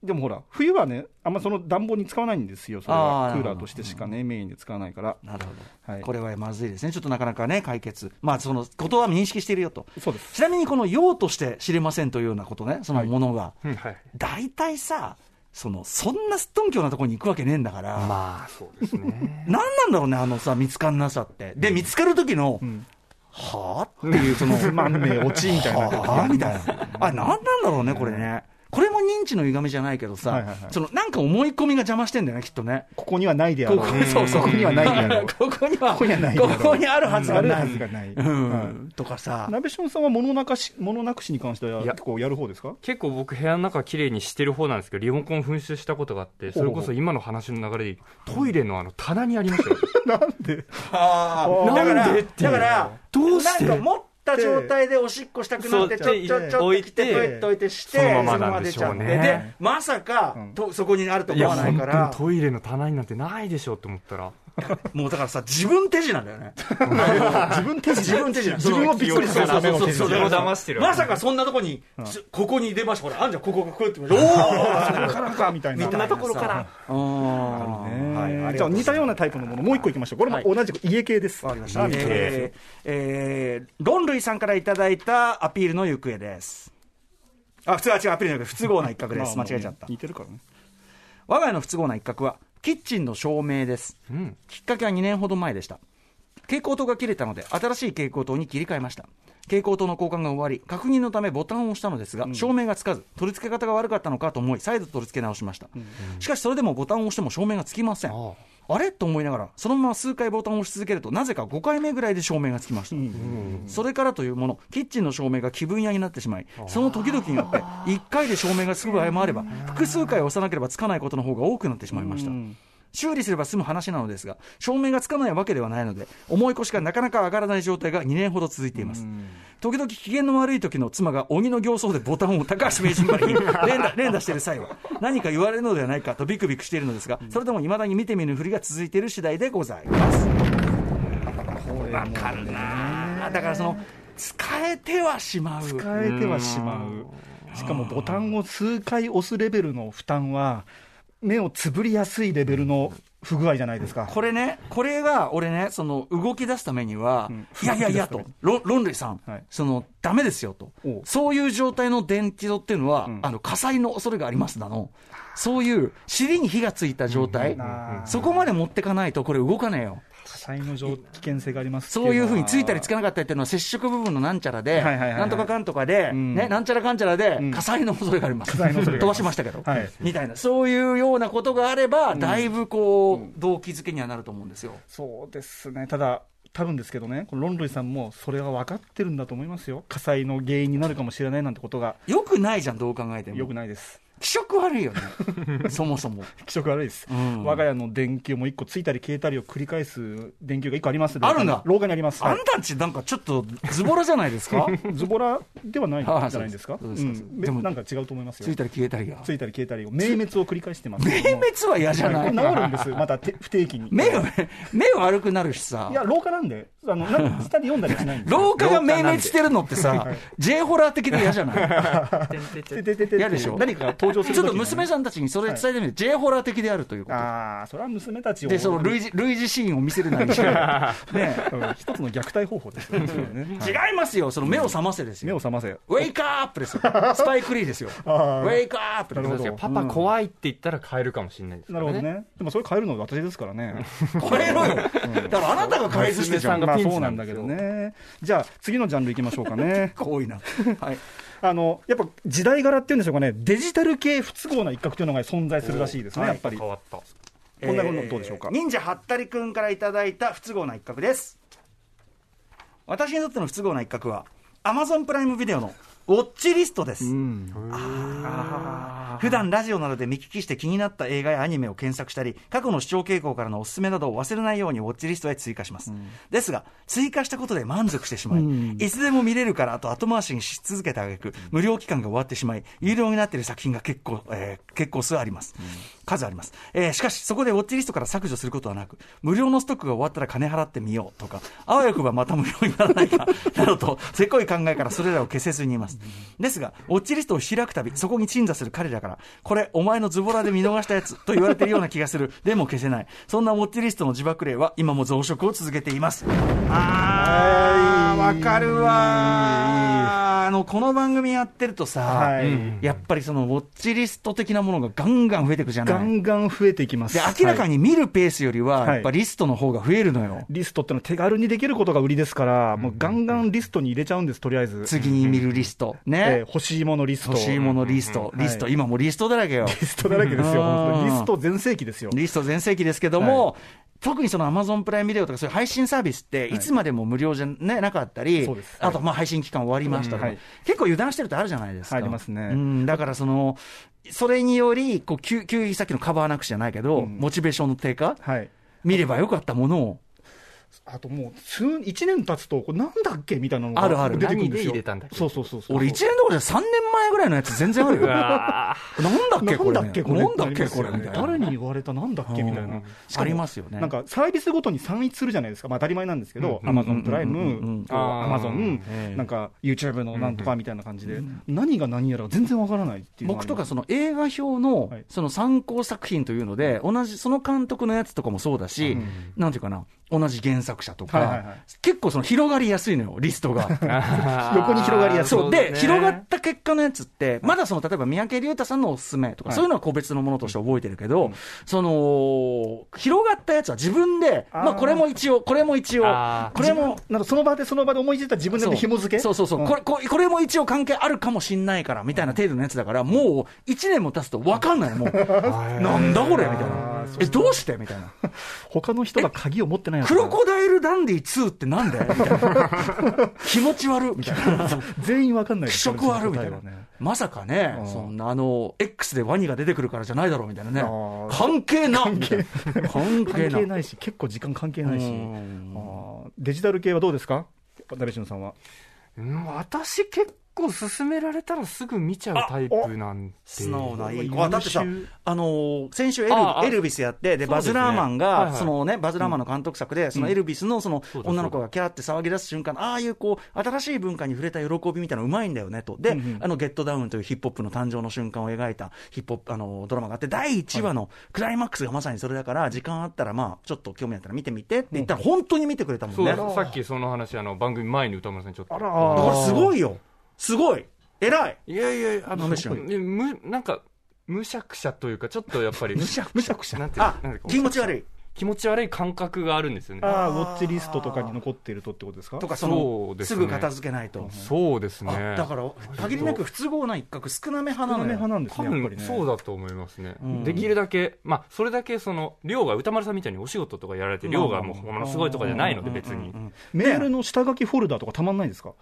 Speaker 4: でもほら、冬はね、あんまその暖房に使わないんですよ、それ
Speaker 2: あー
Speaker 4: は
Speaker 2: なる
Speaker 4: クー
Speaker 2: ほど
Speaker 4: ラーとしてしかね、メインで使わないから、
Speaker 2: なるほど、
Speaker 4: はい
Speaker 2: これはまずいですね、ちょっとなかなかね、解決、まあ、そのことは認識しているよと、
Speaker 4: そうです、
Speaker 2: ちなみにこの用として知れませんというようなことね、そのものが、
Speaker 3: うんはい。
Speaker 2: 大体さ、そのそんなすっとんきょうなところに行くわけねえんだから、
Speaker 3: まあ、そうです ね。
Speaker 2: なんなんだろうね、あのさ、見つかんなさって、で、見つかる時の、
Speaker 4: ん
Speaker 2: はあっていう、その、
Speaker 4: つまんねえ、落ちみたいな、
Speaker 2: はあみたいな、あなんなんだろうね、これね。これも認知の歪みじゃないけどさ、
Speaker 4: はいはいはい
Speaker 2: そのなんか思い込みが邪魔してんだよね、きっとね。
Speaker 4: ここにはないであ
Speaker 2: こ
Speaker 4: ろう、
Speaker 2: こそうそう
Speaker 4: ここにはないであろう
Speaker 2: ここには、
Speaker 4: ここにはない
Speaker 2: ここにあるはずが
Speaker 4: うん
Speaker 2: な
Speaker 4: あ
Speaker 2: い
Speaker 4: るはずがない
Speaker 2: うんとかさ、
Speaker 4: 鍋ションさんは物なかし物なくしに関しては、
Speaker 3: いや
Speaker 4: 結構やる方で すか
Speaker 3: 結構僕部屋の中綺麗にしてる方なんですけどリモコン紛失したことがあってそれこそ今の話の流れでトイレのあの棚にありました よ
Speaker 2: あーだか
Speaker 3: な
Speaker 2: ら
Speaker 3: んでってい
Speaker 2: だ
Speaker 3: う
Speaker 2: から
Speaker 3: どうして
Speaker 2: なんか持った状態でおしっこしたくなってち
Speaker 3: そ
Speaker 2: ょ
Speaker 3: う
Speaker 2: ちょ
Speaker 4: で
Speaker 2: ちょ
Speaker 3: 置
Speaker 2: っ
Speaker 3: い
Speaker 2: と来て
Speaker 3: て
Speaker 2: プッと置いてして
Speaker 3: そのままなんでし
Speaker 2: その
Speaker 3: ょう
Speaker 2: ま
Speaker 3: ね
Speaker 2: ま出ちゃってでまさか
Speaker 4: うん
Speaker 2: とそこにあると
Speaker 3: い
Speaker 2: 思
Speaker 3: や
Speaker 2: わない
Speaker 3: 本
Speaker 2: か
Speaker 3: 当に
Speaker 2: ら
Speaker 3: トイレの棚になんてないでしょって思ったら
Speaker 2: もうだからさ、自分手品だよね。
Speaker 4: 自分手
Speaker 2: 自分手品。
Speaker 4: 自分をびっくりさせるための手
Speaker 3: それを
Speaker 4: 品。
Speaker 3: 騙してる。
Speaker 2: まさかそんなとこに、すここに出ました、ほら、あんじゃん、ここがこうやって、お
Speaker 4: あ
Speaker 2: ー
Speaker 4: ーなかなかみたいな。
Speaker 2: みたいなところから。
Speaker 4: ね
Speaker 2: はい
Speaker 4: じゃあ似たようなタイプのもの、もう一個いきましょう。これも同じく家系です。
Speaker 2: わかりました。
Speaker 4: ラーメン系
Speaker 2: えーえーロンルイさんからいただいたアピールの行方です。あ、普通は違う、アピールの行方、不都合な一角です。
Speaker 4: ま
Speaker 2: 間
Speaker 4: あ
Speaker 2: 違えちゃった。
Speaker 4: 似てるからね。
Speaker 2: 我が家の不都合な一角は、キッチンの照明です。
Speaker 3: ん
Speaker 2: きっかけは2年ほど前でした。蛍光灯が切れたので、新しい蛍光灯に切り替えました。蛍光灯の交換が終わり、確認のためボタンを押したのですが、照明がつかず、取り付け方が悪かったのかと思い、再度取り付け直しました。しかし、それでもボタンを押しても照明がつきません。
Speaker 3: あ
Speaker 2: あれと思いながら、そのまま数回ボタンを押し続けると、なぜか5回目ぐらいで照明がつきました。それからというもの、キッチンの照明が気分屋になってしまい、その時々によって、1回で照明がつく場合もあれば、複数回押さなければつかないことの方が多くなってしまいました。修理すれば済む話なのですが、照明がつかないわけではないので、重い腰がなかなか上がらない状態が2年ほど続いています。時々機嫌の悪い時の妻が鬼の形相でボタンを高橋名人ば りに連打連打している際は、何か言われるのではないかとビクビクしているのですが、それでも未だに見て見ぬふりが続いている次第でございます。わかるなあだからその、使えてはしまう。
Speaker 4: 使えてはしまう。しかもボタンを数回押すレベルの負担は、目をつぶりやすいレベルの不具合じゃないですか。
Speaker 2: これね、これが俺ね、その動き出すためには、
Speaker 4: ん
Speaker 2: いやいやいやと、ロンロンレイさん、
Speaker 4: はい
Speaker 2: そのダメですよと
Speaker 4: おう、
Speaker 2: そういう状態の電池炉っていうのは、
Speaker 4: ん
Speaker 2: あの火災の恐れがありますだの、そういう尻に火がついた状態、
Speaker 4: あー
Speaker 2: そこまで持ってかないと、これ動かねえよ。
Speaker 4: 火災の上危険性があります
Speaker 2: そういうふうについたりつ
Speaker 4: か
Speaker 2: かなかったりっていうのは接触部分のなんちゃらで、
Speaker 4: いはいはいはい
Speaker 2: なんとかかんとかで、
Speaker 4: ん
Speaker 2: ね、なんちゃらかんちゃらで、
Speaker 4: ん
Speaker 2: 火災の恐れがあります。
Speaker 4: 災の恐
Speaker 2: 飛
Speaker 4: れがあり
Speaker 2: ば
Speaker 4: ます
Speaker 2: しましたけど、
Speaker 4: はい
Speaker 2: みたいな、そういうようなことがあれば、だいぶこう、動機づけにはなると思うんですよ。
Speaker 4: そうですねただ多分ですけどねこのロンロイさんもそれは分かってるんだと思いますよ火災の原因になるかもしれないなんてことが
Speaker 2: よくないじゃん、どう考えても。
Speaker 4: よくないです
Speaker 2: 気色悪いよね、 そもそも。
Speaker 4: 気色悪いです、
Speaker 2: うん
Speaker 4: 我が家の電球も1個ついたり消えたりを繰り返す電球が1個あります
Speaker 2: あるんだ
Speaker 4: 廊下にあります、
Speaker 2: あ
Speaker 4: はい
Speaker 2: んたんち、なんかちょっとズボラじゃないですか
Speaker 4: ズボラではないんじ
Speaker 2: あ
Speaker 4: ゃないですか
Speaker 2: そうですそうです
Speaker 4: うん
Speaker 2: でも
Speaker 4: なんか違うと思います
Speaker 2: つ
Speaker 4: よ
Speaker 2: いたり消えたりが。
Speaker 4: ついたり消えたりを明滅を繰り返してます
Speaker 2: 明滅は嫌じゃな
Speaker 4: はいいこれ治るんですまたて不定期に
Speaker 2: 目が、目悪くなるしさ
Speaker 4: い。や廊下なんであのなん下に読んだりはしないんですよ
Speaker 2: 廊下が明滅してるのってさ、J ホラー的で嫌じゃない
Speaker 4: てててて
Speaker 2: 嫌でしょ
Speaker 4: 何かが登場する
Speaker 2: ちょっと
Speaker 4: 時にね
Speaker 2: 娘さんたちにそれ伝えてみて、J ホラー的であるということ。
Speaker 4: ああ、それは娘たちを。
Speaker 2: で、その類似、類似シーンを見せるな りして。ね
Speaker 4: うん一つの虐待方法ですよね。それは ねは
Speaker 2: 違
Speaker 4: い
Speaker 2: いますよ、その目を覚ませです
Speaker 4: 目
Speaker 2: よ
Speaker 4: を。覚ませ。
Speaker 2: ウェイクアップですよ。スパイクリーですよ。ウ
Speaker 4: あー
Speaker 2: ェイクアップです
Speaker 4: なるほど
Speaker 3: パパ怖いって言ったら変えるかもしれないですから
Speaker 4: なる
Speaker 3: ね
Speaker 4: ほどね。でもそれ変えるのは私ですからね。
Speaker 2: 超えろよ。だからあなたが 返すしてじゃん。
Speaker 4: まあそうなんだけどね。じゃあ次のジャンルいきましょうかね。
Speaker 2: 多いな。はい。
Speaker 4: あの、やっぱ時代柄っていうんでしょうかね。デジタル系不都合な一角というのが存在するらしいですね、やっぱり。
Speaker 3: 変わった。
Speaker 4: こんなことどうでしょうか
Speaker 2: えー忍者はったりくんからいただいた不都合な一角です私にとっての不都合な一角は Amazon プライムビデオのウォッチリストです、普段ラジオなどで見聞きして気になった映画やアニメを検索したり過去の視聴傾向からのおすすめなどを忘れないようにウォッチリストへ追加します、ですが追加したことで満足してしまい、いつでも見れるからと後回しにし続けた挙句無料期間が終わってしまい有料になっている作品が結構、えー結構数あります、数あります、えーしかしそこでウォッチリストから削除することはなく無料のストックが終わったら金払ってみようとかあわよくばまた無料にならないか などとせこい考えからそれらを消せずにいますですがウォッチリストを開くたびそこに鎮座する彼らからこれお前のズボラで見逃したやつと言われてるような気がするでも消せないそんなウォッチリストの自爆例は今も増殖を続けていますあーわかるわーあのこの番組やってるとさ、
Speaker 4: はい
Speaker 2: うんやっぱりそのウォッチリスト的なものがガンガン増えていくじゃない
Speaker 4: ガンガン増えていきます。
Speaker 2: で明らか
Speaker 4: はい
Speaker 2: に見るペースよりは、
Speaker 4: はい
Speaker 2: やっぱリストの方が増えるのよ、
Speaker 4: リストってのは手軽にできることが売りですから、もうガンガンリストに入れちゃうんです、とりあえず。
Speaker 2: 次に見るリスト、
Speaker 4: えー
Speaker 2: ね、
Speaker 4: 欲しいものリスト。
Speaker 2: 欲しいものリスト、
Speaker 4: ん
Speaker 2: リスト、
Speaker 4: はい
Speaker 2: 今もリストだらけよ、
Speaker 4: リストだらけですよ、本当
Speaker 2: うん
Speaker 4: にリスト全盛期ですよ。
Speaker 2: リスト全盛期ですけども、特にそのアマゾンプライムビデオとか、そういう配信サービスって、いつまでも無料じゃ、ね、なかったり
Speaker 4: そうです、
Speaker 2: あとまあ配信期間終わりましたとか、
Speaker 4: うんはい
Speaker 2: 結構油断してるとあるじゃないですか。
Speaker 4: ありますね
Speaker 2: うん、だからそのそれによりこう急、急激にさっきのカバーなくしじゃないけど、
Speaker 4: ん
Speaker 2: モチベーションの低下、
Speaker 4: はい。
Speaker 2: 見ればよかったものを、
Speaker 4: あともう数1年経つと、これなんだっけみたいなの
Speaker 2: あるあ
Speaker 4: が
Speaker 2: る
Speaker 4: 出てくるんで
Speaker 3: 何で
Speaker 4: すよ。
Speaker 3: 入れたんだっけ
Speaker 4: そうそうそうそう
Speaker 2: 俺、1年どころじゃ3年前ぐらいのやつ全然ある
Speaker 3: う
Speaker 2: よ。なん
Speaker 3: わ
Speaker 2: だっけ、これ。
Speaker 4: なんだっけこれ
Speaker 2: なんだっけ、これ。
Speaker 4: なり
Speaker 2: みた
Speaker 4: ますよね
Speaker 2: いな
Speaker 4: 誰に言われたなんだっけみたい
Speaker 2: うん
Speaker 4: な。
Speaker 2: ありますよね。
Speaker 4: なんかサービスごとに散逸するじゃないですか、まあ、当たり前なんですけど、
Speaker 3: うん
Speaker 4: アマゾンプライ
Speaker 2: うんうんうん
Speaker 4: ム、
Speaker 3: あー。
Speaker 4: アマゾン
Speaker 2: ええ、
Speaker 4: なんか YouTube のなんとかみたいな感じで、何が何やらが全然わからないっていうのが
Speaker 2: 僕
Speaker 4: あり
Speaker 2: と
Speaker 4: ま
Speaker 2: か
Speaker 4: す
Speaker 2: その映画表の
Speaker 4: はい
Speaker 2: その参考作品というので、同じその監督のやつとかもそうだし、なんていうかな、同じ原作者とか、
Speaker 4: はいはいはい
Speaker 2: 結構その広がりやす いのよ、リストが。
Speaker 4: 横に広がりやすい
Speaker 2: そうで、広がったた結果のやつって、まだその例えば三宅龍太さんのおすすめとか、
Speaker 4: はい
Speaker 2: そういうのは個別のものとして覚えてるけど、その広がったやつは自分で、
Speaker 4: あー
Speaker 2: まあこれも一応、これも一応
Speaker 3: あ、ー
Speaker 2: これも。
Speaker 4: なんかその場でその場で思いついた自分で紐付け
Speaker 2: そうそうそう、
Speaker 4: ん
Speaker 2: これこれこれも一応関係あるかもしんないからみたいな程度のやつだから、もう1年も経つと分かんない、もう、 なんだこれみたいな、え、どうしてみたいな、
Speaker 4: 他の人が鍵を持ってないやつ
Speaker 2: ク
Speaker 4: が
Speaker 2: ロコダイルダンディ2ってなんでみたいな、 気持ち悪みたい な、
Speaker 4: 全員わかんない
Speaker 2: 気
Speaker 4: です
Speaker 2: 色悪みたいな
Speaker 4: 答えはね、
Speaker 2: まさかね、
Speaker 4: うん
Speaker 2: そんなあの、X でワニが出てくるからじゃないだろうみたいなね
Speaker 4: あ、ー
Speaker 2: 関係な、みたいな関係
Speaker 4: 関
Speaker 2: な
Speaker 4: 係。ないし結構時間関係ないし
Speaker 2: うん
Speaker 4: あーデジタル系はどうですかダルシムさんは
Speaker 3: うん私結構勧められたらすぐ見ちゃうタイプなんで。
Speaker 2: 素直ないい
Speaker 4: 優
Speaker 2: 子
Speaker 4: 秀
Speaker 2: あだってさ、あのー先週エル
Speaker 3: ああ
Speaker 2: エルビスやって、で
Speaker 3: そう
Speaker 2: バ
Speaker 3: ですね
Speaker 2: ズ・ラーマン
Speaker 3: はい
Speaker 2: が、
Speaker 3: はい
Speaker 2: そのね、バズ・ラーマンの監督作で、そのエルビスのその
Speaker 3: そうだ
Speaker 2: 女の子がキャーって騒ぎ出す瞬間、ああいうこう新しい文化に触れた喜びみたいなのうまいんだよねと、で、
Speaker 4: うんうん
Speaker 2: あのゲットダウンというヒップホップの誕生の瞬間を描いたヒップホップあのードラマがあって、第1話のクライマックスがまさにそれだから、時間あったら、まあちょっと興味あったら見てみてって言ったら、本当に見てくれたもん
Speaker 3: そう
Speaker 2: ね。
Speaker 3: さっきその話、あの番組前に歌村さんにちょっと。
Speaker 4: あら
Speaker 2: だから
Speaker 4: ー
Speaker 2: すごいよ、すごい、偉い。
Speaker 3: いやいや、あの、
Speaker 2: なんでしょう
Speaker 3: ねむ、なんか、むしゃくしゃというか、ちょっとやっぱり、むしゃ
Speaker 4: むしゃくしゃ
Speaker 3: なんていう
Speaker 2: あ
Speaker 3: かなんていうか
Speaker 2: 気持ち悪い。
Speaker 3: 気持ち悪い感覚があるんですよね。
Speaker 4: あーウォッチリストとかに残っているとってことですか
Speaker 2: とかそ
Speaker 3: そ
Speaker 2: の
Speaker 3: うです
Speaker 2: す
Speaker 3: ね
Speaker 2: ぐ片付けないと。
Speaker 3: そうですね。
Speaker 2: あだから限りなく不都合な一角少なめ派な
Speaker 4: 花
Speaker 2: の
Speaker 4: 目
Speaker 2: よ
Speaker 4: 派なんです
Speaker 3: 多
Speaker 4: ねやっ
Speaker 3: 分
Speaker 4: ぱりね
Speaker 3: そうだと思いますね、
Speaker 2: ん
Speaker 3: できるだけ、まあ、それだけその量が歌丸さんみたいにお仕事とかやられて、量がもうものすごいとかじゃないので、別に、
Speaker 2: うんうん
Speaker 4: メールの下書きフォルダとかたまんないですか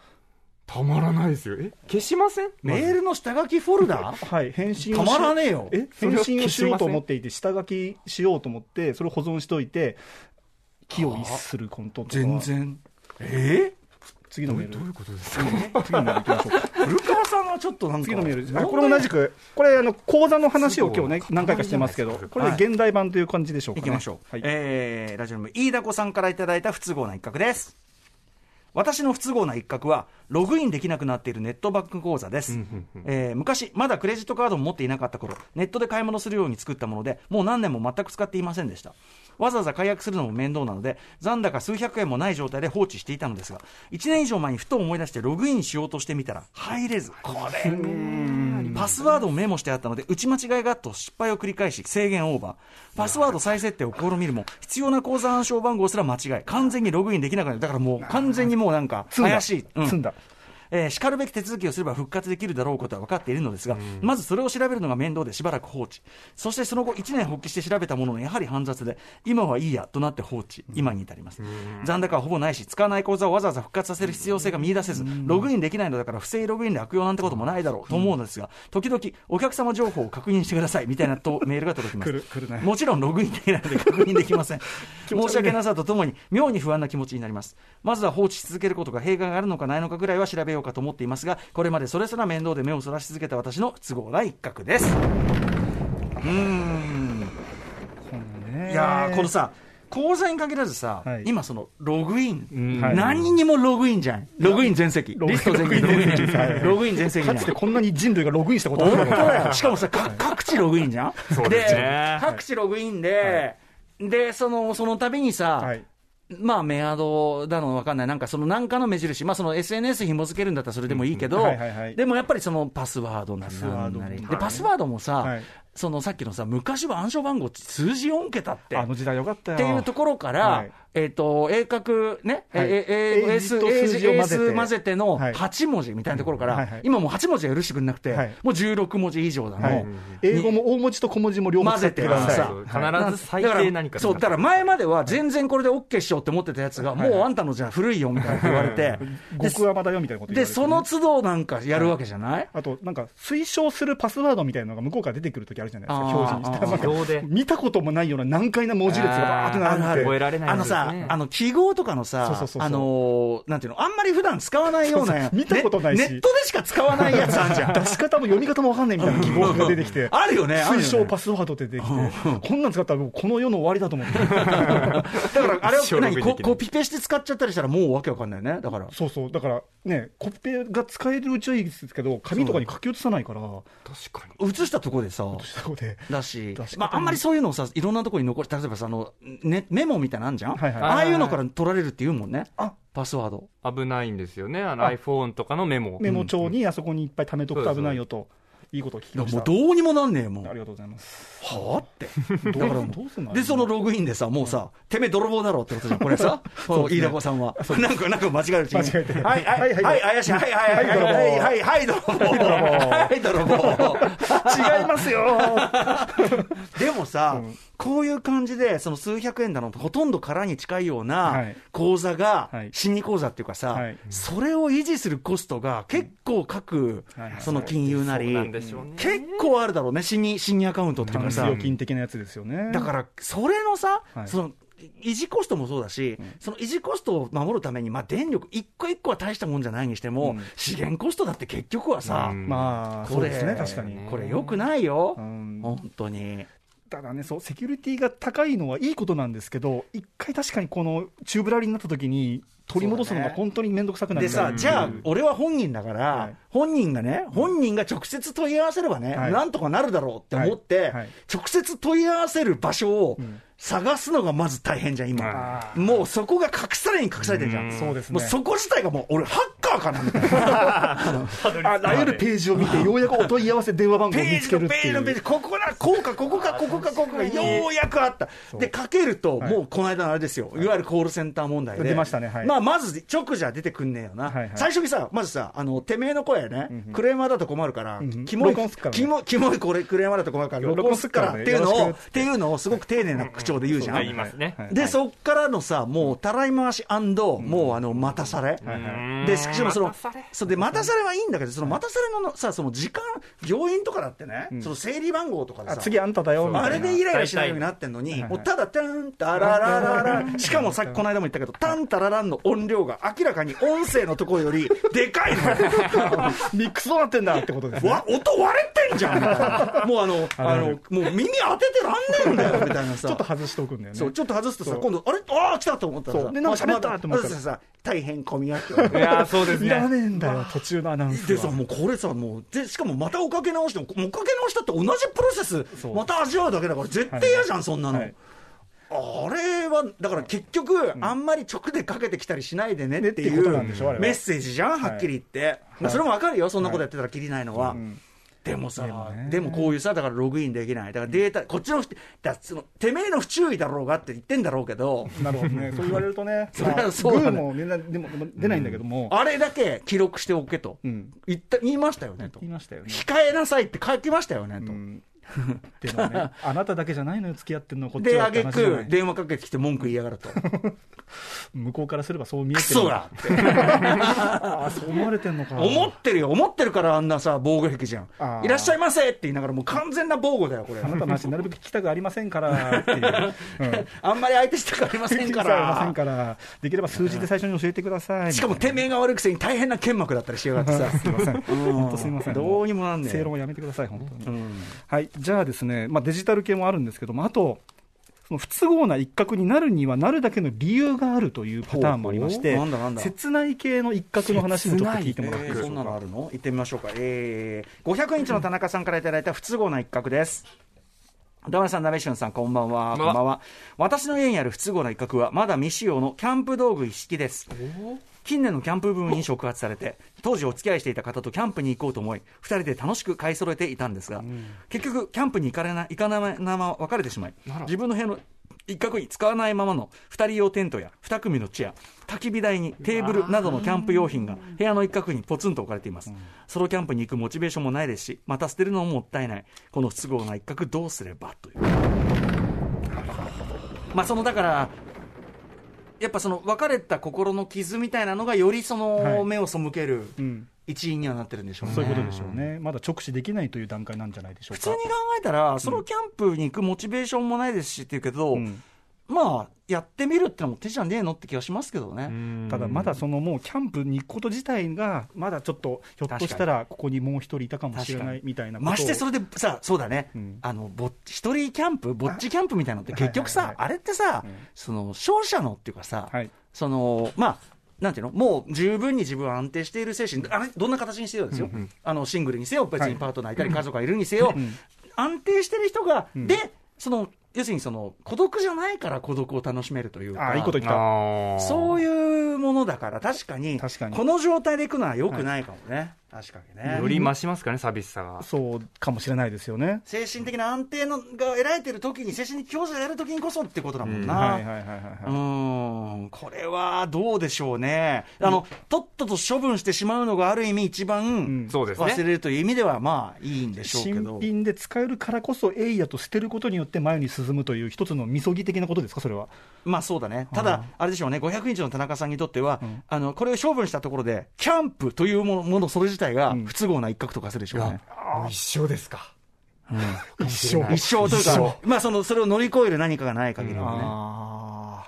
Speaker 3: たまらないですよ、え消しません
Speaker 2: メールの下書きフォルダ
Speaker 4: はい返信を
Speaker 2: た
Speaker 4: し
Speaker 2: まらねえよ
Speaker 4: え
Speaker 3: それ
Speaker 4: 返
Speaker 3: は
Speaker 4: 信をしようと思っていて下書きしようと思ってそれを保存しといて気を逸するコントとか
Speaker 2: 全然え
Speaker 4: 次のメール
Speaker 3: どういうことですか、
Speaker 4: 次のメールいきましょうか
Speaker 2: 古川さんはちょっとなんか
Speaker 4: 次のメール、
Speaker 2: なん
Speaker 4: あ
Speaker 2: で
Speaker 4: これ同じく、これ、あの講座の話を今日ね、
Speaker 3: そう
Speaker 4: 何回かしてますけど、これ
Speaker 2: はい
Speaker 4: で現代版という感じでしょうか、
Speaker 2: い
Speaker 4: ね。
Speaker 2: きましょう、
Speaker 4: はい、
Speaker 2: えーラジオネーム飯田子さんからいただいた不都合な一角です私の不都合な一角はログインできなくなっているネットバンク口座です、えー昔まだクレジットカードも持っていなかった頃ネットで買い物するように作ったものでもう何年も全く使っていませんでしたわざわざ解約するのも面倒なので残高数百円もない状態で放置していたのですが1年以上前にふと思い出してログインしようとしてみたら入れずこれパスワードをメモしてあったので打ち間違いがあっと失敗を繰り返し制限オーバーパスワード再設定を試みるも必要な口座暗証番号すら間違い完全にログインできなくなるだからもう完全にもうなんか
Speaker 4: 積んだ、
Speaker 2: 怪しい、うん
Speaker 4: 積んだ、
Speaker 2: えー、しかるべき手続きをすれば復活できるだろうことは分かっているのですが、まずそれを調べるのが面倒でしばらく放置、そしてその後、1年発起して調べたものの、やはり煩雑で、今はいいやとなって放置、今に至ります。残高はほぼないし、使わない口座をわざわざ復活させる必要性が見出せず、ログインできないのだから、不正ログインで悪用なんてこともないだろうと思うのですが、時々、お客様情報を確認してくださいみたいなとメールが届きます。
Speaker 4: 来る来るね
Speaker 2: もちろんログインできないので確認でき ません。申し訳なさとともに、妙に不安な気持ちになります。まずは放置し続けることが弊害があるのかないのかぐらいは調べようかと思っていますが、これまでそれすら面倒で目をそらし続けた私の都合な一角です。うーん。
Speaker 4: このね
Speaker 2: いやー、このさ、口座に限らずさ、
Speaker 4: はい
Speaker 2: 今そのログイン、
Speaker 3: ん
Speaker 2: 何にもログインじゃん。ログイン全席。
Speaker 4: ログイ
Speaker 2: リ
Speaker 4: ン
Speaker 2: スト全席。
Speaker 4: ロ
Speaker 2: ロ
Speaker 4: グ
Speaker 2: グイ
Speaker 4: イ
Speaker 2: ン
Speaker 4: ン全席はい
Speaker 2: ログイン全席じゃ
Speaker 4: か
Speaker 2: ん
Speaker 4: つてこんなに人類がログインしたこと
Speaker 2: 本当
Speaker 4: なか っ
Speaker 2: だよ。しかもさ、か各地ログインじゃん
Speaker 3: そうですね
Speaker 2: 各地ログインで、で、その、その度にさ、
Speaker 4: た。はい
Speaker 2: まあ、メアドだのわかんない、なんかそのなんかの目印、まあ、その SNS 紐付けるんだったらそれでもいいけど、
Speaker 4: うんはいはいはい
Speaker 2: でもやっぱりそのパスワードなりなんなり、
Speaker 4: パスワード
Speaker 2: でパスワードもさ、
Speaker 4: はい
Speaker 2: そのさっきのさ、昔は暗証番号って数字4桁って。
Speaker 4: あの時代よかったよ。
Speaker 2: っていうところから、
Speaker 4: はい
Speaker 2: えっ、と、英角ね、
Speaker 4: はい
Speaker 2: えええ
Speaker 4: 英
Speaker 2: 英
Speaker 4: 字
Speaker 2: 数
Speaker 4: と
Speaker 2: 英
Speaker 4: 数字
Speaker 2: 字
Speaker 4: を
Speaker 2: 英
Speaker 4: 混ぜて
Speaker 2: 数混ぜての
Speaker 4: はい
Speaker 2: 8文字みたいなところから、
Speaker 4: はいはい
Speaker 2: 今もう8文字は許してくれなくて、
Speaker 4: はい
Speaker 2: もう16文字以上だの、
Speaker 4: はい、英語も大文字と小文字も両方
Speaker 2: 混ぜてくだ
Speaker 3: は
Speaker 2: さ
Speaker 3: い
Speaker 2: い
Speaker 4: さ
Speaker 2: そ
Speaker 4: い
Speaker 3: 必ず最低何か
Speaker 2: そうだから前までは全然これで OK しようって持ってたやつが、もうあんたのじゃ古いよみたいなこと言われ て、
Speaker 4: 極甘だよみたいなこと言われ
Speaker 2: で、
Speaker 4: てね
Speaker 2: その都度なんかやるわけじゃない
Speaker 4: あと、なんか、推奨するパスワードみたいなのが向こうから出てくるときあるじゃないですか、
Speaker 2: あー
Speaker 4: 表示にしたらなんか
Speaker 3: 自動で
Speaker 4: 見たこともないような難解な文字列がバーって
Speaker 2: あるあ
Speaker 4: 並
Speaker 2: る
Speaker 4: んで
Speaker 3: 覚え
Speaker 4: て、
Speaker 3: られない
Speaker 2: あ
Speaker 3: んで
Speaker 2: の
Speaker 3: すね
Speaker 2: さ、あの記号とかのさ、
Speaker 4: そうそうそうそう
Speaker 2: あのーなんていうの、あんまり普段使わないような
Speaker 4: そうそう見たことないし
Speaker 2: ねネットでしか使わないやつあんじゃ ん。、
Speaker 4: 出し方も読み方もわかんないみたいな記号が出てきて
Speaker 2: あるよね、あるよ
Speaker 4: 推
Speaker 2: ね
Speaker 4: 奨パスワードって出てきて、こんなん使ったらもうこの世の終わりだと思って。
Speaker 2: だからあれ
Speaker 3: 一生
Speaker 2: を何
Speaker 3: ログイン
Speaker 2: コ
Speaker 3: できない
Speaker 2: コピペして使っちゃったりしたら、もうわけわかんないよね、だから。
Speaker 4: そうそう、だからね、コピペが使えるうちはいいですけど、紙とかに書き写さないから、
Speaker 3: 確かに
Speaker 2: 映したところでさ、
Speaker 4: そこで。
Speaker 2: だし
Speaker 4: 出し、方
Speaker 2: まあ、あんまりそういうのをさ、いろんなところに残して、例えばさあの、ね、メモみたいなのあんじゃん、
Speaker 4: はいはい
Speaker 2: ああいうのから取られるって言うもんね、
Speaker 4: あ
Speaker 2: パスワード。
Speaker 3: 危ないんですよねあの
Speaker 4: あ
Speaker 3: iPhone とかのメモ
Speaker 4: メモ帳にあそこにいっぱい貯めとくと危ないよと、いいことを聞き
Speaker 2: だ
Speaker 4: ま
Speaker 2: か
Speaker 4: し
Speaker 2: らもう
Speaker 4: た。
Speaker 2: どうにもなんねえもん。
Speaker 4: あ
Speaker 2: は
Speaker 4: りがとうございます。
Speaker 2: あって。
Speaker 4: どうどうすんの
Speaker 2: で、そのログインでさ、もうさ、てめえ泥棒だろってことじゃん、これさ、こう飯田子さんは。なんか、なんか間違えるうちに。
Speaker 4: 間違えてる
Speaker 2: はい、は、
Speaker 4: はいいはい
Speaker 2: はい、怪しい、はい、はい、はい、はい、はい、はい、泥棒。はい、泥棒。
Speaker 4: 違いま すよ
Speaker 2: でもさ、
Speaker 4: うん
Speaker 2: こういう感じで、その数百円だのとほとんど空に近いよう
Speaker 4: は
Speaker 2: ない口座が、
Speaker 4: はい
Speaker 2: 心理口座っていうかさ、
Speaker 4: はい
Speaker 2: それを維持するコストが結構各、
Speaker 4: はいはい
Speaker 2: その金融なり、
Speaker 3: そうなんでしょうね
Speaker 2: 結構あるだろうね、死に、死にアカウントっていうかさ
Speaker 4: 預。金的なやつですよね。
Speaker 2: だから、それのさ、
Speaker 4: はい
Speaker 2: その、維持コストもそうだし、その維持コストを守るために、まあ、電力一個一個は大したもんじゃないにしても、
Speaker 4: うん
Speaker 2: 資源コストだって結局はさ、
Speaker 3: うん
Speaker 4: まあ、
Speaker 2: こ
Speaker 4: そう
Speaker 2: れ
Speaker 4: ですね、確かに。
Speaker 2: これ良くないよ、
Speaker 4: うん
Speaker 2: 本当に。
Speaker 4: ただねそう、セキュリティが高いのはいいことなんですけど、一回確かにこの宙ぶらりんになった時に、取り戻すのが本当に面倒くさくなる
Speaker 2: でさ、じゃあ、俺は本人だから、
Speaker 4: はい
Speaker 2: 本人がね、本人が直接問い合わせればね、
Speaker 4: はい
Speaker 2: なんとかなるだろうって思って、
Speaker 4: はいはい
Speaker 2: 直接問い合わせる場所を
Speaker 4: ん
Speaker 2: 探すのがまず大変じゃん、今。
Speaker 4: あー
Speaker 2: もうそこが隠されに隠されてるじゃん。
Speaker 3: うん
Speaker 4: そうです
Speaker 2: も
Speaker 4: ね
Speaker 2: う。そこ自体がもう、俺、ハッカーかなみ たいな。
Speaker 4: あらゆるページを見て、ようやくお問い合わせ電話番号
Speaker 2: ペ
Speaker 4: を見
Speaker 2: ー
Speaker 4: つ
Speaker 2: ジ
Speaker 4: け
Speaker 2: の
Speaker 4: るっ
Speaker 2: ペ
Speaker 4: て
Speaker 2: ージ
Speaker 4: い
Speaker 2: のペー
Speaker 4: う。
Speaker 2: ジ、ここだ、こうか、ここか、ここか、ここか、ようやくあった。で、かけると、もうこの間のあれですよ、いわゆるコールセンター問題で。
Speaker 4: 出ましたねはい
Speaker 2: まあ、まず直じゃ出てくんねえよな。
Speaker 4: はいはい
Speaker 2: 最初にさ、まずさ、あの、てめえの声ね、クレーマーだと困るから、
Speaker 4: んうん
Speaker 2: キモい、
Speaker 4: 録音すっからね
Speaker 2: キモい、キモいこれ、クレーマーだと困るから、録
Speaker 4: 録
Speaker 2: 音
Speaker 4: 音
Speaker 2: す
Speaker 4: す
Speaker 2: っ
Speaker 4: っ
Speaker 2: か
Speaker 4: から
Speaker 2: っ
Speaker 4: らね
Speaker 2: ていうの
Speaker 4: よ
Speaker 2: を、
Speaker 4: ろしくっつ
Speaker 2: っ
Speaker 4: って
Speaker 2: いうのをすごく丁寧な口調で言うじゃ
Speaker 3: はい言い
Speaker 2: ん。
Speaker 3: ますね
Speaker 4: はい
Speaker 2: で、そっからのさ、もう、たらい回しもう、あの、待たされ。
Speaker 3: うん
Speaker 2: で、しかもその、
Speaker 3: 待たされ
Speaker 2: そうで、待たされはいいんだけど、その待たされのさ、その時間、病院とかだってね、その整理番号とかで
Speaker 4: あ
Speaker 2: さ、
Speaker 4: 次あんただよ、みたいな。
Speaker 2: あれでイライラしないようになってんのに、もうただ、タン、タララララ、しかもさっきこの間も言ったけど、タンタラランの音量が明らかに音声のところよ りでかいのよ。
Speaker 4: ミックスどうなってんだってことですね。
Speaker 2: わ音割れてんじゃんみたいなもうあの、あ
Speaker 4: あ
Speaker 2: の
Speaker 4: る、
Speaker 2: もう耳当ててらんねえんだよ、みたいなさ。
Speaker 4: ちょっと外しておくんだよね。
Speaker 2: そう、ちょっと外すとさ、
Speaker 4: そう
Speaker 2: 今度、あれああ、来たと思ったらさ、
Speaker 4: そうでなんか喋った
Speaker 2: まあ
Speaker 4: と思った
Speaker 2: まあ
Speaker 4: ら
Speaker 2: まあさ、大変混み合って。
Speaker 3: いやーそうです
Speaker 4: いら
Speaker 3: ね
Speaker 4: ねえんだよ、途中のアナウン ス
Speaker 2: でさ、
Speaker 4: は。
Speaker 2: もうこれさ、もう、で、しかもまたおかけ直しても、もうおかけ直したって同じプロセス、
Speaker 4: そう
Speaker 2: また味わうだけだから、絶対嫌じゃん、そんなの。
Speaker 4: はい
Speaker 2: あれは、だから結局、あんまり直でかけてきたりしないでねってい
Speaker 4: ねっていうこ
Speaker 2: う
Speaker 4: となんでしょあれは
Speaker 2: メッセージじゃん、はっきり言って。まあそれもわかるよ、そんなことやってたらきりないのは。でもさ、でも,、こういうさ、だからログインできない、だからデータ、こっちの、だからそのてめえの不注意だろうがって言ってんだろうけど、
Speaker 4: なるほどね。そう言われるとね、
Speaker 2: そりゃ
Speaker 4: まあ
Speaker 2: そうだね
Speaker 4: グーもみんな、でも、でも出ないんだけども、
Speaker 2: あれだけ記録しておけと、
Speaker 4: うん
Speaker 2: 言った言いましたよねと、
Speaker 4: 言いましたよね。
Speaker 2: 控えなさいって書きましたよねと。
Speaker 4: うんで もね、あなただけじゃないのよ、付き合ってんの、こっち
Speaker 2: で、
Speaker 4: は
Speaker 2: あ
Speaker 4: って
Speaker 2: げ
Speaker 4: 話じゃな
Speaker 2: く
Speaker 4: い。
Speaker 2: 電話かけてきて文句言いやがる と、
Speaker 4: 向こうからすればそう見え
Speaker 2: ク
Speaker 4: てる
Speaker 2: ソだって、
Speaker 4: ああそう思われてんのか
Speaker 2: 思ってるよ、思ってるからあんなさ、防護壁じゃ
Speaker 4: あ
Speaker 2: ん、
Speaker 4: ー
Speaker 2: いらっしゃいませって言いながら、もう完全な防護だよ、これ
Speaker 4: あ、なたの話なるべく聞きたくありませんからって いう、うん、
Speaker 2: あんまり相手したくありません
Speaker 4: 聞き
Speaker 2: か
Speaker 4: たくありませ
Speaker 2: ら
Speaker 4: ん。からできれば数字で最初に教えてください
Speaker 2: しかもてめえが悪いくせに大変な剣幕だったりしやがってさ、
Speaker 4: すいません 本当すいません
Speaker 2: どうにもなんねえ
Speaker 4: 正論
Speaker 2: よ。
Speaker 4: をやめてください本当に、
Speaker 2: うん
Speaker 4: はいじゃあですね、まあ、デジタル系もあるんですけどもあとその不都合な一角になるにはなるだけの理由があるというパターンもありまして
Speaker 2: ほうほうなんだなんだ
Speaker 4: 切ない系の一角の話もちょっと聞いてもらってい
Speaker 2: え
Speaker 4: いで
Speaker 2: ー
Speaker 4: し
Speaker 2: そ
Speaker 4: ょ
Speaker 2: ん
Speaker 4: う
Speaker 2: な
Speaker 4: か
Speaker 2: のあるの行ってみましょうか。えー、500インチの田中さんからいただいた不都合な一角です。ダマさん、ナベシュンさん、こんばんは。
Speaker 3: こんばんは
Speaker 2: 私の家にある不都合な一角は、まだ未使用のキャンプ道具一式です。近年のキャンプブームに触発されて、当時お付き合いしていた方とキャンプに行こうと思い、二人で楽しく買い揃えていたんですが、結局、キャンプに行かれな行かないまま別れてしまい、自分の部屋の一角に使わないままの二人用テントや二組のチェア、焚き火台にテーブルなどのキャンプ用品が部屋の一角にポツンと置かれています。ソロキャンプに行くモチベーションもないですし、また捨てるのももったいない。この不都合な一角どうすればという。まあそのだからやっぱその別れた心の傷みたいなのがよりそ
Speaker 4: は
Speaker 2: の
Speaker 4: い
Speaker 2: 目を背ける
Speaker 4: うん、
Speaker 2: 一因にはなってるんでしょうね。
Speaker 4: そういうことでしょうね、まだ直視できないという段階なんじゃないでしょう
Speaker 2: 普通
Speaker 4: か。
Speaker 2: に考えたら、そのキャンプに行くモチベーションもないですしっていうけど、
Speaker 4: うん
Speaker 2: まあ、やってみるってのも手じゃねえのって気がしますけどね。
Speaker 4: ただ、まだそのもうキャンプに行くこと自体が、まだちょっと、ひょっとしたら、ここにもう一人いたかもしれ
Speaker 2: 確
Speaker 4: な
Speaker 2: か
Speaker 4: い
Speaker 2: に
Speaker 4: みたいなことを
Speaker 2: ましてそれでさ、そうだね、
Speaker 4: うん
Speaker 2: あのぼ一人キャンプ、ぼっちキャンプみたいなのって、結局
Speaker 4: はい
Speaker 2: さ
Speaker 4: は、い
Speaker 2: あれってさ
Speaker 4: うん、
Speaker 2: その勝者のっていうかさ、
Speaker 4: はい
Speaker 2: そのまあ、なんていうの、もう十分に自分は安定している精神、あれどんな形にせよですよ、あのシングルにせよ、別
Speaker 4: は
Speaker 2: に
Speaker 4: い
Speaker 2: パートナーいたり、家族がいるにせよ、安定してる人が、
Speaker 4: ん
Speaker 2: で、その要するにその孤独じゃないから孤独を楽しめるというか。
Speaker 4: あいいこと言った、
Speaker 3: あ
Speaker 2: そう
Speaker 3: う
Speaker 2: いうものだから、確かに、
Speaker 4: 確かに
Speaker 2: この状態で行くのは良くないかもね、確かにね。
Speaker 3: より増しますかね寂しさが
Speaker 4: そうかもしれないですよね。
Speaker 2: 精神的な安定のが得られてる時に、精神的強者がやる時にこそってことだもんな。
Speaker 4: はいはいはいはいは
Speaker 2: うー
Speaker 4: い
Speaker 2: んこれはどうでしょうね、あのとっとと処分してしまうのがある意味、一番
Speaker 4: ん
Speaker 3: そうです
Speaker 2: 忘れ
Speaker 3: ね
Speaker 2: るという意味では、まあいいんでしょうけ
Speaker 4: 新
Speaker 2: ど、
Speaker 4: 品で使えるからこそ、エイヤと捨てることによって前に進むという、一つのみそぎ的なことですか、それは。
Speaker 2: まあそうだね、ただ、あれでしょうね、500インチの田中さんにとっては、あのこれを処分したところで、キャンプというものものそれ自体が
Speaker 4: うん
Speaker 2: 不都合な一角とかするでしょうね。
Speaker 3: 一生ですか
Speaker 4: 一
Speaker 2: 一生というか、まあそのそれを乗り越える何かがない限りはね。
Speaker 4: あ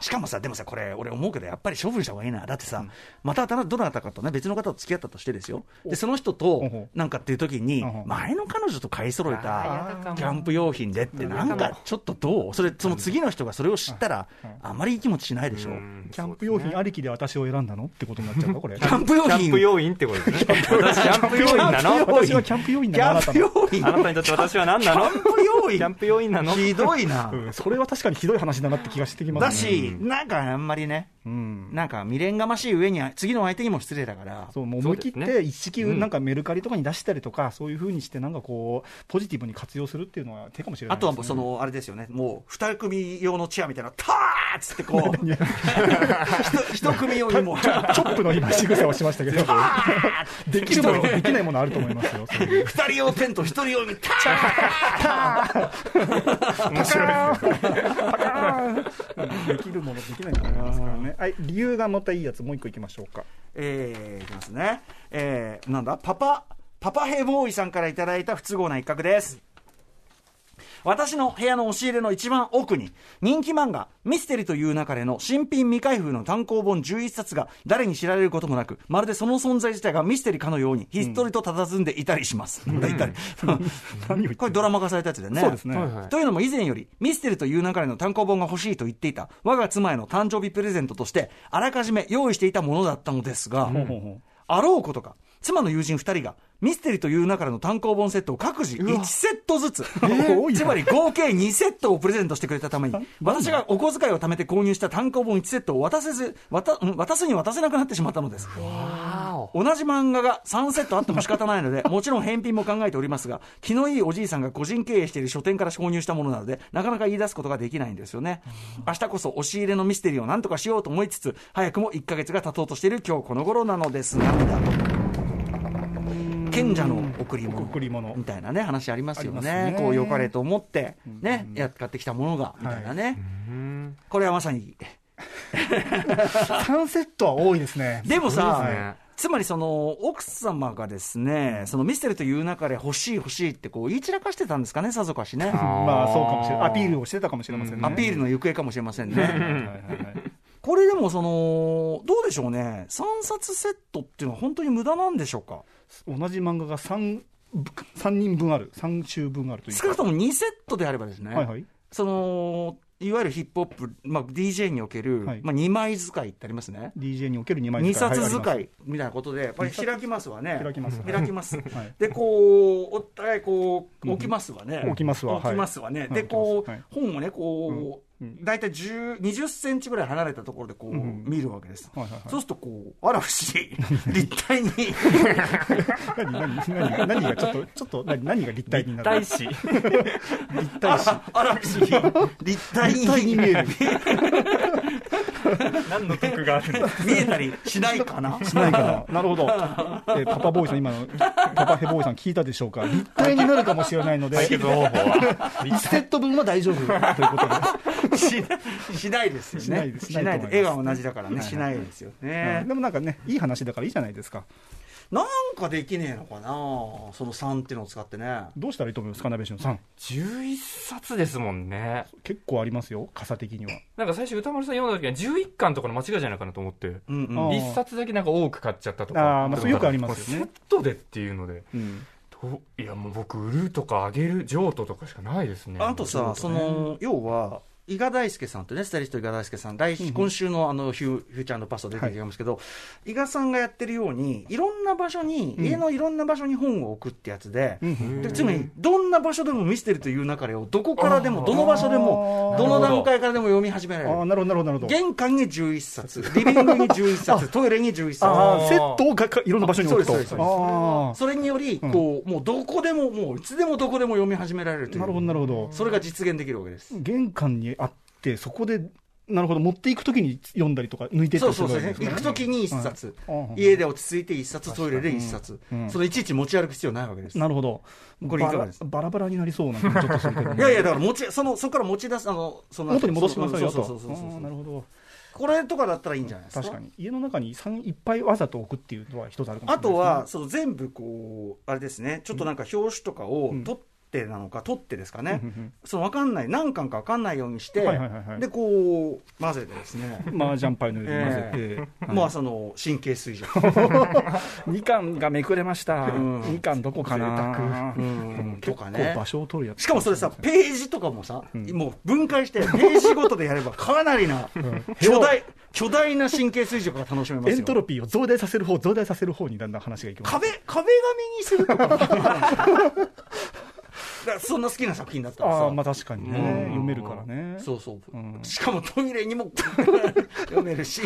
Speaker 2: しかもさ、でもさ、これ、俺思うけど、やっぱり処分した方がいいな、だってさ、またどなたかとね、別の方と付き合ったとしてですよ、でその人
Speaker 4: ほう
Speaker 2: と
Speaker 4: ほ
Speaker 2: なんかっていう時に
Speaker 4: ほうほ、う
Speaker 2: 前の彼女と買い揃え
Speaker 3: あー嫌だか
Speaker 2: た
Speaker 3: も
Speaker 2: キャンプ用品でって、なんかちょっとどう、それ、その次の人がそれを知ったら、あんまりいい気持ちしないでしょ。
Speaker 4: ーキャンプ用品ありきで私を選んだのってことになっちゃうか、これ。
Speaker 2: キャンプ用
Speaker 3: キ
Speaker 2: 品
Speaker 3: ャンプ用品ってことですね私キャンプ用品なの
Speaker 4: 私はキャンプ用品
Speaker 2: キ
Speaker 4: だな、あな
Speaker 2: ャ
Speaker 4: た
Speaker 2: ンプ
Speaker 4: の。
Speaker 2: 用品
Speaker 3: あなたにとって私は何なの
Speaker 2: キャンプ用
Speaker 3: キャン
Speaker 2: 品
Speaker 3: プ用品なの
Speaker 2: ひどいな。
Speaker 4: うんそれは確かにひどい話だなって気がしてきますね。
Speaker 2: だし、なんかあんまりね、
Speaker 4: うん、
Speaker 2: なんか未練がましい上に、次の相手にも失礼だから。
Speaker 4: そうもう思い切っ
Speaker 3: そうです
Speaker 4: て一式なんかメルカリとかに出したりとか、そういうふうにしてなんかこうポジティブに活用するっていうのは手かもしれな
Speaker 2: あ
Speaker 4: い
Speaker 2: と
Speaker 4: ですね、
Speaker 2: はもうそのあれですよね、もう2組用のチェアみたいな、たーっつってこう、
Speaker 4: いや
Speaker 2: 1組用にもう、
Speaker 4: チョップの今仕草をしまし たけどできるもの
Speaker 2: 一人
Speaker 4: できないものあると思います よ。そういう
Speaker 2: 2人用テント、1人用に、たー面白い。
Speaker 4: できるものできないものありますからね。はい理由がまたいいやつもう一個いきましょうか。
Speaker 2: えー、いきますね、えー、なんだ、パパ、パパヘボーイさんからいただいた不都合な一角です。私の部屋の押し入れの一番奥に人気漫画「ミステリという流れ」の新品未開封の単行本11冊が誰に知られることもなくまるでその存在自体がミステリかのようにひっそりと佇んでいたりします、なんだいたり
Speaker 4: 何を言ってる
Speaker 2: これドラマ化されたやつだよね
Speaker 4: そうですね。
Speaker 3: はいはい
Speaker 2: というのも以前よりミステルという流れの単行本が欲しいと言っていた我が妻への誕生日プレゼントとしてあらかじめ用意していたものだったのですが、
Speaker 4: ほうほう
Speaker 2: あろうことか妻の友人2人がミステリという流れの単行本セットを各自1セットずつ、
Speaker 4: ー
Speaker 2: つまり合計2セットをプレゼントしてくれたために私がお小遣いを貯めて購入した単行本1セットを渡せず渡うん渡すに渡せなくなってしまったのです同じ漫画が3セットあっても仕方ないので、 もちろん返品も考えておりますが、気のいいおじいさんが個人経営している書店から購入したものなので、なかなか言い出すことができないんですよね。明日こそ押し入れのミステリーを何とかしようと思いつつ、早くも1ヶ月が経とうとしている今日この頃なのですが、みたいな賢者の贈り物
Speaker 4: 贈り物
Speaker 2: みたいなね話ありますよね
Speaker 4: ありますね
Speaker 2: こう良かれと思ってね、やっ買ってきたものがみたいなね、これはまさに
Speaker 4: 三セットは多いですね。
Speaker 2: でも
Speaker 3: そ
Speaker 2: さ、
Speaker 3: うですね
Speaker 2: つまりその奥様がですね、そのミステルという中で欲しい欲しいってこう言い散らかしてたんですかね、さぞかしね。
Speaker 4: まあそうかもしれない。アピールをしてたかもしれませんね。
Speaker 2: アピールの行方かもしれません
Speaker 4: はいはい
Speaker 2: ね。
Speaker 4: はいはい。
Speaker 2: これでもその、どうでしょうね、3冊セットっていうのは本当に無駄なんでしょうか。
Speaker 4: 同じ漫画が三三人分ある、三週分あるというか。
Speaker 2: 少なくとも2セットであればですね、
Speaker 4: はいはい。
Speaker 2: その、いわゆるヒップホップ、まあ、DJ における、
Speaker 4: はい
Speaker 2: まあ、2枚使いってありますね。
Speaker 4: DJ における2枚
Speaker 2: 2冊使
Speaker 4: はい
Speaker 2: みたいなことで、これ開きますわね。
Speaker 4: 開きます
Speaker 2: 開きます。
Speaker 4: い
Speaker 2: で、こう、お互いこう、置きますわね。
Speaker 4: うん置きますわはい
Speaker 2: 置きますわね。
Speaker 4: い
Speaker 2: で、こう
Speaker 4: 置きますはい、
Speaker 2: 本をね、こう
Speaker 4: うんう、ん
Speaker 2: 大体10、20センチぐらい離れたところでこう、
Speaker 4: ん
Speaker 2: 見るわけです。
Speaker 4: はいはいはい
Speaker 2: そうすると、こう、あら不思 議。立体に。
Speaker 4: あります何何何何がちょっとちょっと何何が立体になる
Speaker 3: 大使
Speaker 4: 立体視
Speaker 2: あら不思議。立体に。
Speaker 4: 立体に見える
Speaker 3: 何の得があるんですか
Speaker 2: 見えたりしないかな。
Speaker 4: しないかな。 なるほど。えーパパボーイさん、今の、パパヘボーイさん聞いたでしょうか立体になるかもしれないので、
Speaker 3: 解決方法は。
Speaker 4: 1セット分は大 丈夫ということ で。
Speaker 2: ししないですよね。
Speaker 4: しないです
Speaker 2: しない
Speaker 4: しないと思いま
Speaker 2: で。
Speaker 4: す
Speaker 2: 絵は同じだからね。しないですよ
Speaker 4: う
Speaker 2: ね
Speaker 4: ん。でもなんかね、いい話だからいいじゃないですか。
Speaker 2: なんかできねえのかなその3っていうのを使ってね。
Speaker 4: どうしたらいいと思いますか、ナベシュンさん。
Speaker 3: 11冊ですもんね。
Speaker 4: 結構ありますよ、傘的には。
Speaker 3: なんか最初歌丸さん読んだ時は11巻とかの間違いじゃないかなと思って。
Speaker 2: うんう
Speaker 4: あ
Speaker 2: ん
Speaker 4: ー
Speaker 3: 一冊だけなんか多く買っちゃったとか。
Speaker 4: あーまあそれよくありますよね
Speaker 3: セットでっていうので。
Speaker 4: うん。
Speaker 3: どういやもう僕売るとかあげる譲渡とかしかないですね。
Speaker 2: あとさ、その、要は、伊賀大輔さんとね、スタイリスト伊賀大輔さん、来
Speaker 4: うんうん
Speaker 2: 今週のあのフューフューチャーのパスト出てきますけど、伊賀さんがやってるように、いろんな場所に、
Speaker 4: うん
Speaker 2: 家のいろんな場所に本を置くってやつで、
Speaker 4: うん
Speaker 2: でつまり、どんな場所でもミステリという流れを、どこからでも、どの場所でも
Speaker 4: あ、ー
Speaker 2: どの段階からでも読み始めら
Speaker 4: あ
Speaker 2: れ
Speaker 4: あ、
Speaker 2: る。
Speaker 4: なるほど、なるほど、なるほど。
Speaker 2: 玄関に11冊、リビングに11冊、トイレに11冊。
Speaker 4: あ
Speaker 3: あー
Speaker 4: あ、セットをかかいろんな場所に置くと。
Speaker 2: そうですそうです
Speaker 4: あ
Speaker 2: それにより、
Speaker 4: うん
Speaker 2: こう、もうどこでも、もういつでもどこでも読み始められると
Speaker 4: あ、
Speaker 2: いう。
Speaker 4: なるほど、なるほど。
Speaker 2: それが実現できるわけです。
Speaker 4: 玄関にあって、そこで、なるほど、持っていくときに読んだりとか、抜いていった
Speaker 2: そう
Speaker 4: り
Speaker 2: そ
Speaker 4: す
Speaker 2: うそう、
Speaker 4: るわけですね
Speaker 2: 行くときに1冊、
Speaker 4: うん
Speaker 2: 家で落ち着いて1冊、トイレで1冊、
Speaker 4: うん
Speaker 2: それいちいち持ち歩く必要ないわけです。
Speaker 4: なるほど。
Speaker 2: これいかがです
Speaker 4: バラバラバラになりそうな気もちょっとするけども。
Speaker 2: いやいや、だから持ちそのそこから持ち出す、あのその
Speaker 4: 元に戻しましょうよと。
Speaker 2: そうそうそうそう
Speaker 4: あーなるほど。
Speaker 2: これとかだったらいいんじゃないですか。
Speaker 4: 確かに。家の中に三いっぱいわざと置くっていうのは一つあるかもしれない
Speaker 2: あ
Speaker 4: ですね
Speaker 2: とは、、その全部こう、あれですね、ちょっとなんか表紙とかを取ってなのか、取ってですかね、
Speaker 4: うんうんうん
Speaker 2: その分かんない、何巻か分かんないようにして、
Speaker 4: はいはいはいはい
Speaker 2: で、こう、混ぜてです ね、
Speaker 4: 麻雀牌のように混ぜて。
Speaker 2: まあ、その神経衰弱。
Speaker 4: 2巻がめくれました。
Speaker 2: うん
Speaker 4: 2巻どこかな。
Speaker 2: うんとかね
Speaker 4: 結構場所を取るやつ。
Speaker 2: しかもそれさ、ページとかもさ、
Speaker 4: ん
Speaker 2: もう分解して、ページごとでやれ ば、かなりな、巨大、巨大な神経衰弱が楽しめます
Speaker 4: エ
Speaker 2: よ。
Speaker 4: ントロピーを増大させる方、増大させる方にだんだん話がいきます。
Speaker 2: 壁、壁紙にすると か。だからそんな好きな作品だったら
Speaker 4: あ
Speaker 2: さ、
Speaker 4: あ、まあ確かにね
Speaker 3: うん。
Speaker 4: 読めるからね。
Speaker 2: そうそう、
Speaker 4: うん
Speaker 2: しかもトイレにも 読める し、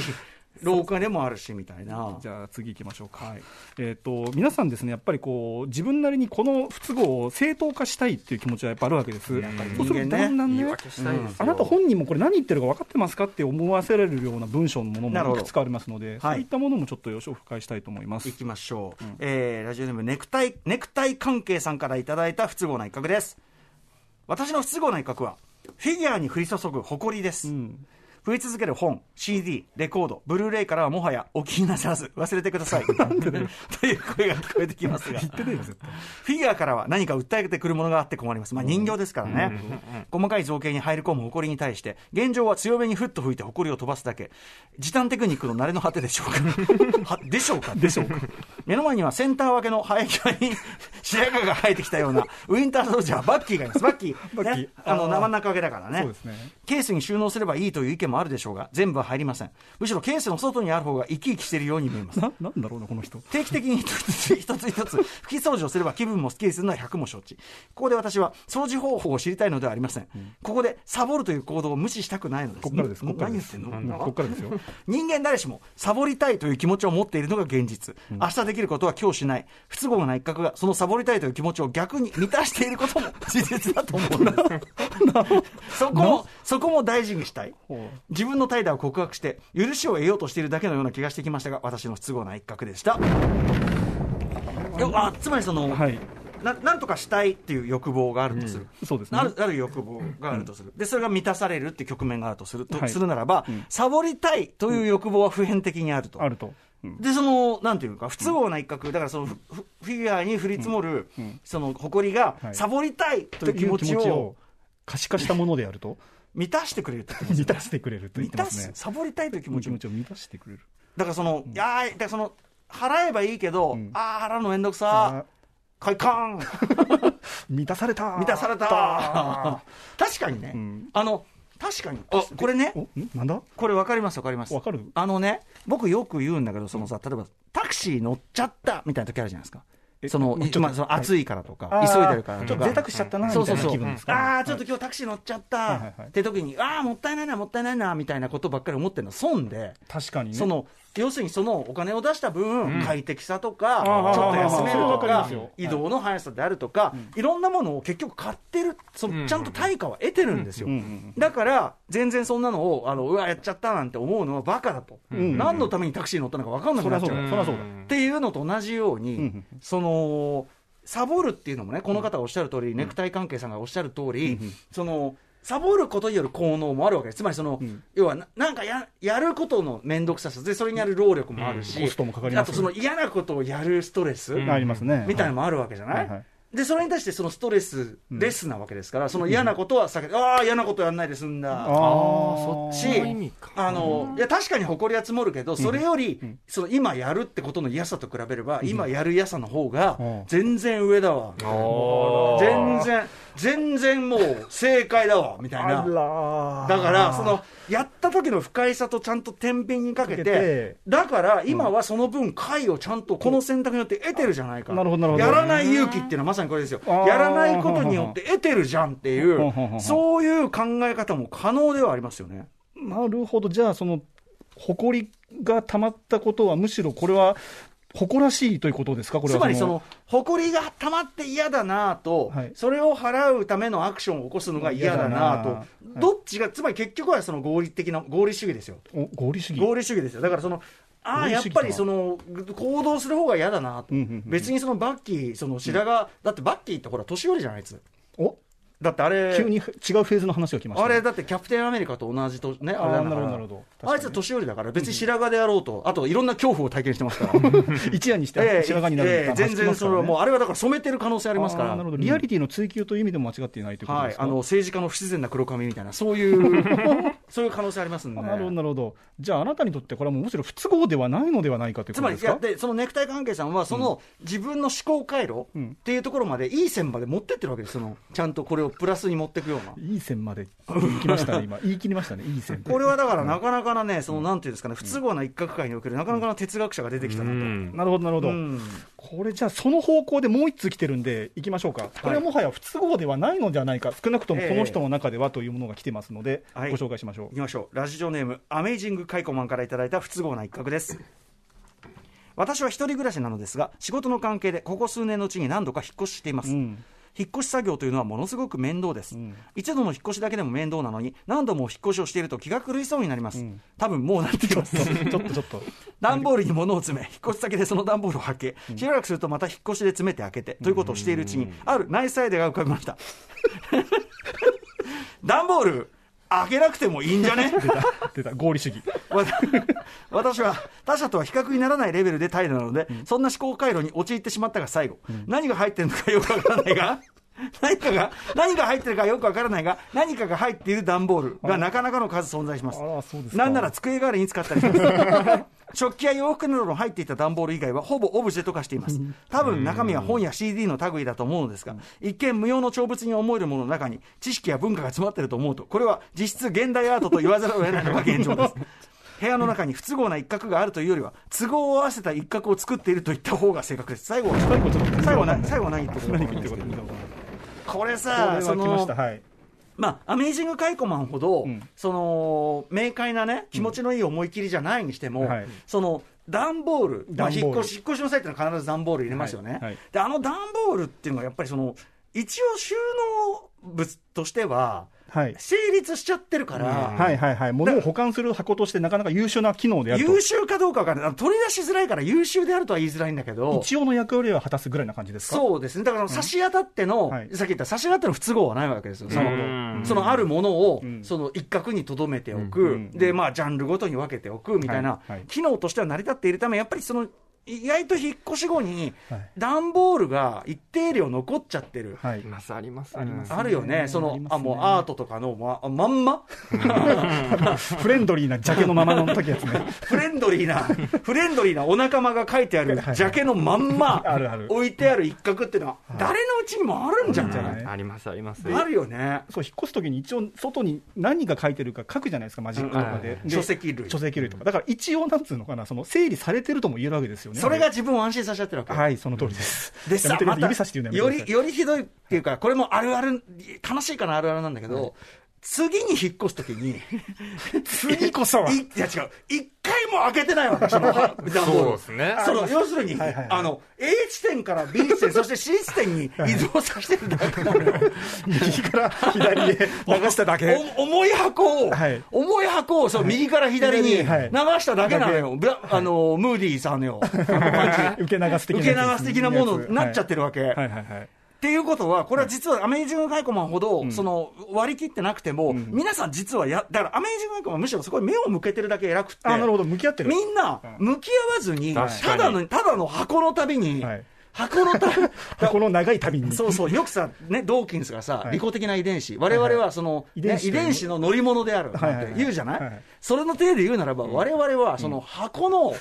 Speaker 2: 廊下でもあるしみたいな。
Speaker 4: じゃあ次行きましょうか、
Speaker 2: はい
Speaker 4: えっと皆さん、ですねやっぱりこう自分なりにこの不都合を正当化したいっていう気持ちはやっぱあるわけです、
Speaker 3: やっぱり
Speaker 4: そうするとだんだん
Speaker 3: 言い
Speaker 4: ね、
Speaker 3: 訳したいですよ、
Speaker 4: あなた本人もこれ、何言ってるか分かってますかって思わせられるような文章のも
Speaker 2: なる
Speaker 4: の
Speaker 2: ほ
Speaker 4: も
Speaker 2: ど
Speaker 4: いくつかありますので、
Speaker 2: はい
Speaker 4: そういったものもちょっと紹介したいと思います
Speaker 2: い。きましょう、えーラジオネームネクタイネクタイ関係さんからいただいた不都合な一角です私の不都合な一角はフィギュアに降り注ぐ誇りです、
Speaker 4: うん
Speaker 2: 降り続ける本、CD、レコード、ブルーレイからはもはやお気になさらず忘れてくだ さい。 という声が聞こえてきますが、
Speaker 4: 言ってねえよ絶対
Speaker 2: フィギュアからは何か訴えてくるものがあって困ります。まあ人形ですからね。細かい造形に入り込む埃に対して、現状は強めにふっと吹いて埃を飛ばすだけ。時短テクニックの慣れの果てでしょ うか。はでしょうか。でしょうか。目の前にはセンター分けの生え際 に白髪が生えてきたような、ウィンターソルジャー、バッキーがいます。バッキー。
Speaker 4: バッキー
Speaker 2: ねあの、
Speaker 4: あー
Speaker 2: 生中分けだからね。
Speaker 4: そうですね
Speaker 2: ケースに収納すればいいという意見もあるでしょうが、全部は入りません。むしろケースの外にある方が生き生きしているように見えます。
Speaker 4: ななんだろうな、この人。
Speaker 2: 定期的に一つ一つ一つ拭き掃除をすれば気分もスッキリするのは100も承知ここで私は掃除方法を知りたいのではありません、ここでサボるという行動を無視したくないのです
Speaker 4: こっからです、こっから
Speaker 2: 何
Speaker 4: で
Speaker 2: 言っ
Speaker 4: す。
Speaker 2: て
Speaker 4: うん
Speaker 2: の
Speaker 4: んこっからですよ。
Speaker 2: 人間誰しもサボりたいという気持ちを持っているのが現実、明日できることは今日しない不都合な一角がそのサボりたいという気持ちを逆に満たしていることも事実だと思 うんですそこもそこも大事にしたい
Speaker 4: ほう
Speaker 2: 自分の怠惰を告白して許しを得ようとしているだけのような気がしてきましたが私の不都合な一角でしたよあつまりその、
Speaker 4: はい、
Speaker 2: ななんとかしたいっていう欲望があるとする、
Speaker 4: そうですね
Speaker 2: あ。るある欲望があるとする、でそれが満たされるって局面があるとすると、
Speaker 4: はい
Speaker 2: するならば、
Speaker 4: うん
Speaker 2: サボりたいという欲望は普遍的にあると、
Speaker 4: あると。うん
Speaker 2: でそのなんていうか、不都合な一角、だからそのフフフィギュアに降り積もる、
Speaker 4: うん
Speaker 2: その誇りが、
Speaker 4: はい
Speaker 2: サボりたいと
Speaker 4: と
Speaker 2: いう気
Speaker 4: いう
Speaker 2: 持
Speaker 4: 気
Speaker 2: ち
Speaker 4: 持ち
Speaker 2: を
Speaker 4: を可視化したものであると、
Speaker 2: 満たしてくれるって言ってます
Speaker 4: 満たしてくれると言っ
Speaker 2: 満
Speaker 4: てま
Speaker 2: た
Speaker 4: す
Speaker 2: す
Speaker 4: ね、。
Speaker 2: サボりたいという気
Speaker 4: 気
Speaker 2: 持ちを
Speaker 4: 持ちを満たしてくれる。
Speaker 2: だからその、いやーだからその払えばいいけど、
Speaker 4: ん
Speaker 2: ああ払うのめんどくさ快感
Speaker 4: 満たされた
Speaker 2: 満たされた 確かにね、
Speaker 4: うん
Speaker 2: あの確かにあこれね
Speaker 4: おんなんだ
Speaker 2: これ分かります分かります
Speaker 4: わかる
Speaker 2: あのね僕よく言うんだけどそのさ例えばタクシー乗っちゃったみたいな時あるじゃないですか
Speaker 4: え
Speaker 2: その
Speaker 4: 乗っちゃった
Speaker 2: まあその暑いからとか、
Speaker 4: あー
Speaker 2: 急いでるから
Speaker 4: ちょ
Speaker 2: と
Speaker 4: っ
Speaker 2: か
Speaker 4: と贅沢しちゃったなみ
Speaker 2: そうそ
Speaker 4: たいうな
Speaker 2: そう
Speaker 4: 気分ですか
Speaker 2: ああーちょっと今日タクシー乗っちゃった、
Speaker 4: はいはいはい
Speaker 2: って時にああもったいないなもったいないなみたいなことばっかり思ってるの損で
Speaker 4: 確かにね
Speaker 2: その要するにそのお金を出した分、
Speaker 3: うん
Speaker 2: 快適さとか、
Speaker 4: あ
Speaker 3: ー
Speaker 2: ちょっと休める
Speaker 3: あー
Speaker 2: と
Speaker 3: わか
Speaker 4: りま
Speaker 2: か
Speaker 4: すよ、
Speaker 2: 移動の速さであるとか、いろんなものを結局買ってる、そ
Speaker 3: うん
Speaker 2: のちゃんと対価は得てるんですよ。
Speaker 4: うんうん
Speaker 2: だから、全然そんなのを、あのうわ、やっちゃったなんて思うのはバカだと、
Speaker 4: ん
Speaker 2: 何のためにタクシーに乗ったのか分かんなくなっちゃう
Speaker 4: そりゃそうだ
Speaker 2: っていうのと同じように、
Speaker 4: うん
Speaker 2: そのサボるっていうのもね、この方がおっしゃる通り、ネクタイ関係さんがおっしゃる通り、
Speaker 4: うん
Speaker 2: そのサボることによる効能もあるわけです、つまりその、
Speaker 4: うん
Speaker 2: 要はななんかややることの面倒くささで、それにある労力もあるし、
Speaker 4: うんコストもかかり
Speaker 2: あ
Speaker 4: ます
Speaker 2: と
Speaker 4: よ
Speaker 2: その嫌なことをやるストレス、
Speaker 3: うん
Speaker 4: ありますね。
Speaker 2: みたいなのもあるわけじゃない、
Speaker 4: はいはい
Speaker 2: でそれに対してそのストレスレスなわけですから、その嫌なことは避けて、ああ、嫌なことやんないで済んだ。
Speaker 4: ああ、そ
Speaker 2: っち
Speaker 3: そういう意味か
Speaker 2: あのいや確かに誇りは積もるけど、それより、
Speaker 4: ん
Speaker 2: その今やるってことの嫌さと比べれば、今やる嫌さの方が
Speaker 4: うん、
Speaker 2: 全然上だわ、
Speaker 3: おー
Speaker 2: 全然、全然もう正解だわみたいな、だから、そのやった時の不快さとちゃんと天秤にかけて
Speaker 4: かけて、
Speaker 2: だから今はその分、快をちゃんとこの選択によって得てるじゃないか、
Speaker 4: なるほどなるほど
Speaker 2: やらない勇気っていうのはまさにこれですよ、
Speaker 4: あー
Speaker 2: やらないことによって得てるじゃんってい
Speaker 4: ほんほんほ
Speaker 2: う、
Speaker 4: ん
Speaker 2: そういう考え方も可能ではありますよね。
Speaker 4: なるほど、じゃあ、その、誇りがたまったことは、むしろこれは、誇らしいということですか、これ
Speaker 2: つ
Speaker 4: は。
Speaker 2: まりその、誇りが溜まって嫌だなぁと、
Speaker 4: はい
Speaker 2: それを払うためのアクションを起こすのが嫌だなぁと、
Speaker 4: 嫌だなぁ
Speaker 2: どっちが、つまり結局はその合理的な、合理主義ですよ。
Speaker 4: お合理主義。
Speaker 2: 合理主義ですよ。だからその、あ
Speaker 4: 合
Speaker 2: あ、
Speaker 4: 理主
Speaker 2: やっ
Speaker 4: 義
Speaker 2: ぱりその、行動する方が嫌だなぁと、
Speaker 4: うんうんうんうん
Speaker 2: 別にそのバッキー、その白髪、だってバッキーってほら、年寄りじゃないあいつ。
Speaker 4: お
Speaker 2: だってあれ、
Speaker 4: 急に違うフェーズの話が来ました
Speaker 2: あ
Speaker 4: ね、
Speaker 2: れだってキャプテンアメリカと同じとね、あれだか
Speaker 4: なるほど
Speaker 2: ら
Speaker 4: なるほど
Speaker 2: あいつは年寄りだから、別に白髪でやろうと、あといろんな恐怖を体験してますから。
Speaker 4: 一夜にして
Speaker 2: ええ
Speaker 4: 白髪になる
Speaker 2: ええ全然それはもう
Speaker 4: う
Speaker 2: あれはだから染めてる可能性あ
Speaker 4: あ
Speaker 2: りますから、
Speaker 4: ーなるほどリアリティの追求という意味でも間違っていないということ
Speaker 2: は
Speaker 4: で
Speaker 2: い
Speaker 4: す、か、
Speaker 2: あの政治家の不自然な黒髪みたいな、そういう そういう可能性ありますんで、
Speaker 4: あなるほどなるほどじゃああなたにとってこれはもうむしろ不都合ではないのではないかという
Speaker 2: つ
Speaker 4: こと
Speaker 2: ま
Speaker 4: で
Speaker 2: り
Speaker 4: す
Speaker 2: いや
Speaker 4: か
Speaker 2: で、そのネクタイ関係さんは、その自分の思考回路
Speaker 4: うん
Speaker 2: っていうところまで、いい線まで持ってってるわけです、そのちゃんとこれをプラスに持っていくような。
Speaker 4: いい線まで行きましたね今言い切りましたねいい線
Speaker 2: これはだから、なかなかなね、そのなんていうんですかね、不都合な一角界における、なかなかな哲学者が出てきたなと。
Speaker 4: なるほどなるほど、
Speaker 2: うん
Speaker 4: これじゃあその方向でもう一通来てるんで行きましょうかこれはもはや不都合ではないのではないか少なくともこの人の中ではというものが来てますので、
Speaker 2: はい
Speaker 4: ご紹介しましょう
Speaker 2: いきましょうラジオネームアメイジングカイコマンからいただいた不都合な一角です私は一人暮らしなのですが仕事の関係でここ数年のうちに何度か引っ越ししています、
Speaker 4: うん
Speaker 2: 引っ越し作業というのはものすごく面倒です、
Speaker 4: ん
Speaker 2: 一度の引っ越しだけでも面倒なのに何度も引っ越しをしていると気が狂いそうになります、多分もうなってきます
Speaker 4: ちょっとちょっと
Speaker 2: 段ボールに物を詰め、引っ越し先でその段ボールを開け、しばらくするとまた引っ越しで詰めて開けて、ということをしているうちに、あるナイスアイデアが浮かびま した。段ボール、開けなくてもいいんじゃね
Speaker 4: 出た出た合理主義
Speaker 2: わた 私は他者とは比較にならないレベルで態度なので、そんな思考回路に陥ってしまったが最後、何が入ってるのかよくわからないが 何かが何が入ってるかよくわからないが何かが入っている段ボールがなかなかの数存在します
Speaker 4: あらそうですか
Speaker 2: なんなら机代わりに使ったりし ます食器や洋服などの入っていた段ボール以外はほぼオブジェと化しています多分中身は本や CD の類だと思うのですが一見無用の長物に思えるものの中に知識や文化が詰まっていると思うとこれは実質現代アートと言わざるを得ないのが現状 です部屋の中に不都合な一角があるというよりは都合を合わせた一角を作っているといった方が正確です最後は
Speaker 4: 最後ちょっと
Speaker 2: 最後はな最後は何言ってるのか分かんない
Speaker 4: っ
Speaker 2: で
Speaker 4: て
Speaker 2: す
Speaker 4: こ
Speaker 2: け
Speaker 4: と
Speaker 2: ど
Speaker 4: 見たこ
Speaker 2: これ
Speaker 4: と
Speaker 2: さ
Speaker 4: ないこ
Speaker 2: そ
Speaker 4: れは来まし
Speaker 2: の
Speaker 4: たはい
Speaker 2: まあ、アメージングカイコマンほど、
Speaker 4: うん
Speaker 2: その明快なね、気持ちのいい思い切りじゃないにしても、
Speaker 4: はい
Speaker 2: その段ボール、まあ、
Speaker 4: 段
Speaker 2: 引
Speaker 4: ボ
Speaker 2: っ
Speaker 4: ール
Speaker 2: 越し引っ越しの際っていうのは必ず段ボール入れますよね、
Speaker 4: はいはい
Speaker 2: であの段ボールっていうのがやっぱりその、一応収納物としては、
Speaker 4: はい
Speaker 2: 成立しちゃってるから、
Speaker 4: はいはいはい物を保管する箱としてなかなか優秀な機能であると
Speaker 2: 優秀かどうかわからないあの、取り出しづらいから優秀であるとは言いづらいんだけど。
Speaker 4: 一応の役割は果たすぐらいな感じですか
Speaker 2: そうですね、だから差し当たっての、
Speaker 4: はい
Speaker 2: さっき言った差し当たっての不都合はないわけですよ、その
Speaker 3: うん
Speaker 2: そのあるものを、
Speaker 4: ん
Speaker 2: その一角にとどめておく、
Speaker 3: うん
Speaker 4: うん
Speaker 2: でまあ、ジャンルごとに分けておくみたいな、
Speaker 4: はいはい
Speaker 2: 機能としては成り立っているため、やっぱりその意外と引っ越し後に
Speaker 4: はい、
Speaker 2: 段ボールが一定量残っちゃってる。
Speaker 4: は
Speaker 3: あ
Speaker 4: い
Speaker 3: りますあります
Speaker 4: あります
Speaker 2: あるよね、
Speaker 4: うん
Speaker 2: そ
Speaker 4: あ
Speaker 2: の
Speaker 4: ります
Speaker 2: あ
Speaker 4: ね
Speaker 2: もうアートとかのままんま、
Speaker 4: フレンドリーなジャケのままの時やつね
Speaker 2: フレンドリー な、フレンドリーなお仲間が書いてあるジ
Speaker 4: はい
Speaker 2: ャケのまんま
Speaker 4: あるある
Speaker 2: 置いてある一角っていうのは、誰のうちにもあるんじゃない、
Speaker 4: ね
Speaker 3: ありますあります
Speaker 2: あるよね。
Speaker 4: そう引っ越す時に一応外に何が書いてるか書くじゃないですかマジックとかで,、
Speaker 3: うん
Speaker 4: で
Speaker 2: 書籍類
Speaker 4: 書籍類とかだから一応なんつうのかなその整理されてるとも言えるわけですよね
Speaker 2: それが自分を安心させちゃってるわけ。
Speaker 4: はいその通りです、
Speaker 2: で
Speaker 4: や
Speaker 2: さ
Speaker 4: めてく
Speaker 2: ま
Speaker 4: ださい
Speaker 2: た
Speaker 4: 指さして言うのや
Speaker 2: よ
Speaker 4: めて
Speaker 2: り
Speaker 4: ください
Speaker 2: よりひどいっていうか、これもあるある、楽しいかなあるあるなんだけど、次に引っ越すときに、
Speaker 4: 次こそはい
Speaker 2: いや違う、一回も開けてないわけ、その段ボール
Speaker 3: そうですね。
Speaker 2: その要するに、
Speaker 4: はいはい
Speaker 2: あの A 地点から B 地点、そして C 地点に移動させてるだけなのよ
Speaker 4: 右から左へ流した だけ。
Speaker 2: お重い箱を、
Speaker 4: はい
Speaker 2: 重い箱をそう右から左に流
Speaker 4: 左にはい
Speaker 2: しただけなのよ、ブラあのムーディーさんのよ、 感じ
Speaker 4: 受け流す的な
Speaker 2: 受
Speaker 4: やつ
Speaker 2: け
Speaker 4: です
Speaker 2: 流
Speaker 4: ね。
Speaker 2: す的なものになっちゃってるわけ。
Speaker 4: はいはいはい。
Speaker 2: っていうことは、これは実はアメージング・ガイコマンほど、その割り切ってなくても、皆さん実はや、だからアメージング・ガイコマンはむしろそこに目を向けてるだけ偉くって、
Speaker 4: あ、なるほど、向き合ってる。
Speaker 2: みんな向き合わずに、
Speaker 3: 確か
Speaker 2: た
Speaker 3: に
Speaker 2: だのただの箱のたびに、
Speaker 4: はい
Speaker 2: 箱のた び
Speaker 4: この長い旅に。
Speaker 2: そうそう、よくさ、ね、ドーキンスがさ、
Speaker 4: はい
Speaker 2: 利己的な遺伝子、我々はその、
Speaker 4: 遺
Speaker 2: ね
Speaker 4: 伝
Speaker 2: 遺
Speaker 4: 子という
Speaker 2: 伝子の乗り物である
Speaker 4: はいはい
Speaker 2: な
Speaker 4: は
Speaker 2: ん
Speaker 4: い
Speaker 2: て言うじゃない、
Speaker 4: はいはい
Speaker 2: それの体で言うならば、我々はその箱の、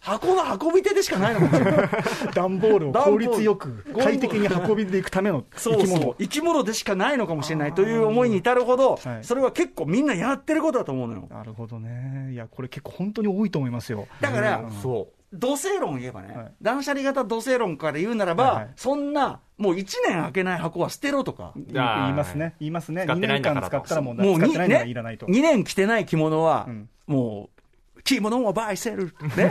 Speaker 2: 箱の運び手でしかないのかもしれない。
Speaker 4: 段ボールを効率よく
Speaker 2: 段ボール
Speaker 4: 快適に運びでいくための
Speaker 2: そ
Speaker 4: 生
Speaker 2: う
Speaker 4: き
Speaker 2: そう
Speaker 4: 物。
Speaker 2: 生き物でしかないのかもしれないという思いに至るほど、
Speaker 4: はい
Speaker 2: それは結構みんなやってることだと思うのよ。
Speaker 4: なるほどね。いや、これ結構本当に多いと思いますよ。
Speaker 2: だから、
Speaker 3: そ
Speaker 2: 土星論言えばね、
Speaker 4: はい
Speaker 2: 断捨離型土星論から言うならば、
Speaker 4: はいはい
Speaker 2: そんな、もう1年開けない箱は捨てろとか、
Speaker 4: 言いますね。言いますね。
Speaker 3: 使っ
Speaker 4: 2
Speaker 3: てないん
Speaker 4: 年
Speaker 3: だか
Speaker 4: 間
Speaker 3: ら
Speaker 4: 使ったらもう
Speaker 2: もう
Speaker 4: 使っ
Speaker 2: に
Speaker 4: てないのはいらないと。
Speaker 2: ね、2年着てない着物は、
Speaker 4: うん
Speaker 2: もう、着物はバイセ ル、ね、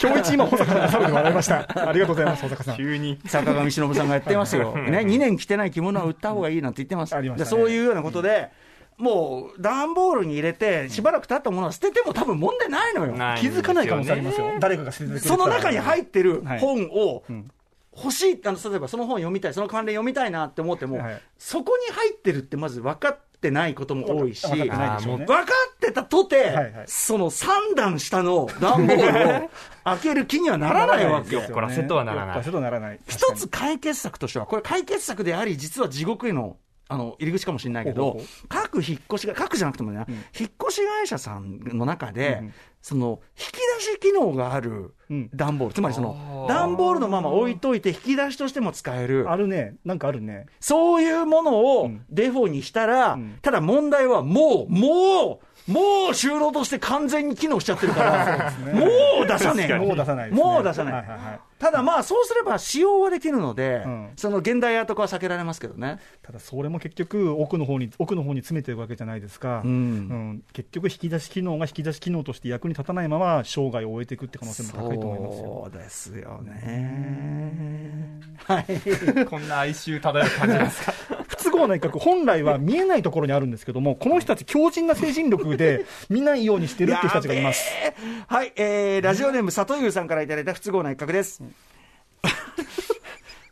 Speaker 4: 今日一今、保坂さんが食べて笑いました。ありがとうございます、保坂さん。
Speaker 3: 急に。
Speaker 2: 坂上忍さんがやってます よ、ね、2年着てない着物は売った方がいいなんて言ってます、
Speaker 4: ありました
Speaker 2: で
Speaker 4: ね
Speaker 2: そういうようなことで、もう段ボールに入れて、しばらく経ったものは捨てても多分問題ないのよ。
Speaker 4: 気づかない可能性ありますよ。誰かが捨ててくれてた
Speaker 2: そ
Speaker 4: ら
Speaker 2: の中に入ってる
Speaker 4: はい
Speaker 2: 本を
Speaker 4: ん
Speaker 2: 欲しい、あの例えばその本読みたい、その関連読みたいなって思っても、
Speaker 4: はい
Speaker 2: そこに入ってるってまず分かってないことも多いし、
Speaker 4: 分かってないでしょう
Speaker 2: 分
Speaker 4: ね。
Speaker 2: かってたとて、
Speaker 4: はいはい
Speaker 2: その3段下の段ボールを開ける気にはならないわけ。
Speaker 3: よっこらせとはならない
Speaker 4: よっこらせとはならない。
Speaker 2: 一つ解決策としては、これ解決策であり、実は地獄への、あの、入り口かもしれないけ
Speaker 4: ほう
Speaker 2: ど
Speaker 4: ほうほ、
Speaker 2: 各引っ越しが、各じゃなくてもね、引っ越し会社さんの中で、
Speaker 4: うん
Speaker 2: その、引き出し機能がある
Speaker 4: うん
Speaker 2: 段ボール、つまりそ
Speaker 3: あ
Speaker 2: の、
Speaker 3: ー
Speaker 2: 段ボールのまま置いといて引き出しとしても使える、
Speaker 4: あるね、なんかあるね。
Speaker 2: そういうもの
Speaker 4: う
Speaker 2: を
Speaker 4: ん
Speaker 2: デフォにしたら
Speaker 4: ん、
Speaker 2: ただ問題はもう、もう、もう収納として完全に機能しちゃってるから、
Speaker 4: そうですね
Speaker 2: もう出さねえよ。
Speaker 4: もう出さないですね
Speaker 2: もう出さない
Speaker 4: はいはいはい
Speaker 2: ただまあ、そうすれば使用はできるので、
Speaker 4: うん
Speaker 2: その現代アート化は避けられますけどね。
Speaker 4: ただそれも結局奥の方に奥の方に詰めてるわけじゃないですか、
Speaker 2: うん
Speaker 4: ん結局引き出し機能が引き出し機能として役に立たないまま生涯を終えていくって可能性も高いと思いますよ
Speaker 2: そうですよね。はい。
Speaker 3: こんな哀愁漂う感じですか。
Speaker 4: 不都合な一角本来は見えないところにあるんですけどもこの人たち強靭な精神力で見ないようにしてるっていう人たちがいます
Speaker 2: やべえ。はい、えー、ラジオネーム、里優さんからいただいた不都合な一角です。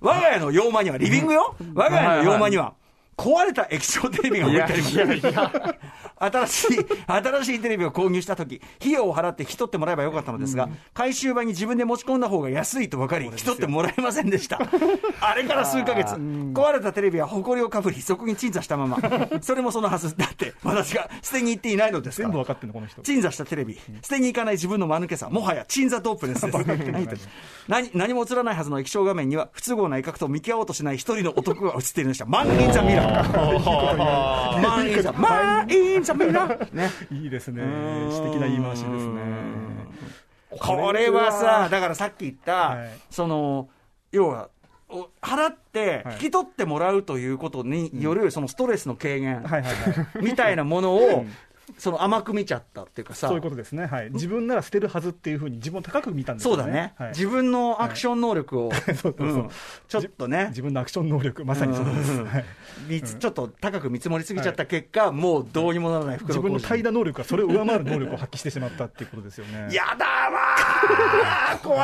Speaker 2: 我が家の洋間には、リビングよ、我が家の洋間には、壊れた液晶テレビが置いてあります。 新しい、新しいテレビを購入したとき、費用を払って引き取ってもらえばよかったのですが、回収場に自分で持ち込んだ方が安いと分かり、引き取ってもらえませんで した。あれから数ヶ月、壊れたテレビは埃をかぶり、そこに鎮座したまま。それもそのはず、だって私が捨てに行っていないのですか
Speaker 4: 全
Speaker 2: ら
Speaker 4: 部分かってるのこの人
Speaker 2: 鎮座したテレビ、捨てに行かない自分の間抜けさ、もはや鎮座ドープレ スです。何と何何も映らないはずの液晶画面には、不都合な威嚇と向き合おうとしない一人の男が映っているのでした。マン・イン・ザ・ミラ ー。マン・イン・ザ・マン・イン・ザ・ミラー。ね。
Speaker 4: いいですね
Speaker 2: ん
Speaker 4: 詩的な言い回しですね
Speaker 2: これはさ、だからさっき言った、
Speaker 4: はい
Speaker 2: その、要は、お払って
Speaker 4: はい
Speaker 2: 引き取ってもらうということによる、そのストレスの軽減
Speaker 4: はいは いはい
Speaker 2: みたいなものを、その甘く見ちゃったっていうかさ、
Speaker 4: そういうことですね、はい、自分なら捨てるはずっていうふうに自分を高く見たんです
Speaker 2: そ
Speaker 4: よ
Speaker 2: うだね、
Speaker 4: はい
Speaker 2: 自分のアクション能力を、
Speaker 4: そうそう
Speaker 2: う
Speaker 4: そうん
Speaker 2: ちょっとね
Speaker 4: 自、分のアクション能力まさにそうです、
Speaker 2: うん
Speaker 4: はい
Speaker 2: 見つちょっと高く見積もりすぎちゃった結果、もうどうにもならない袋
Speaker 4: 自分の
Speaker 2: 小路
Speaker 4: 怠惰能力がそれを上回る能力を発揮してしまったっていうことですよね。
Speaker 2: やだーわ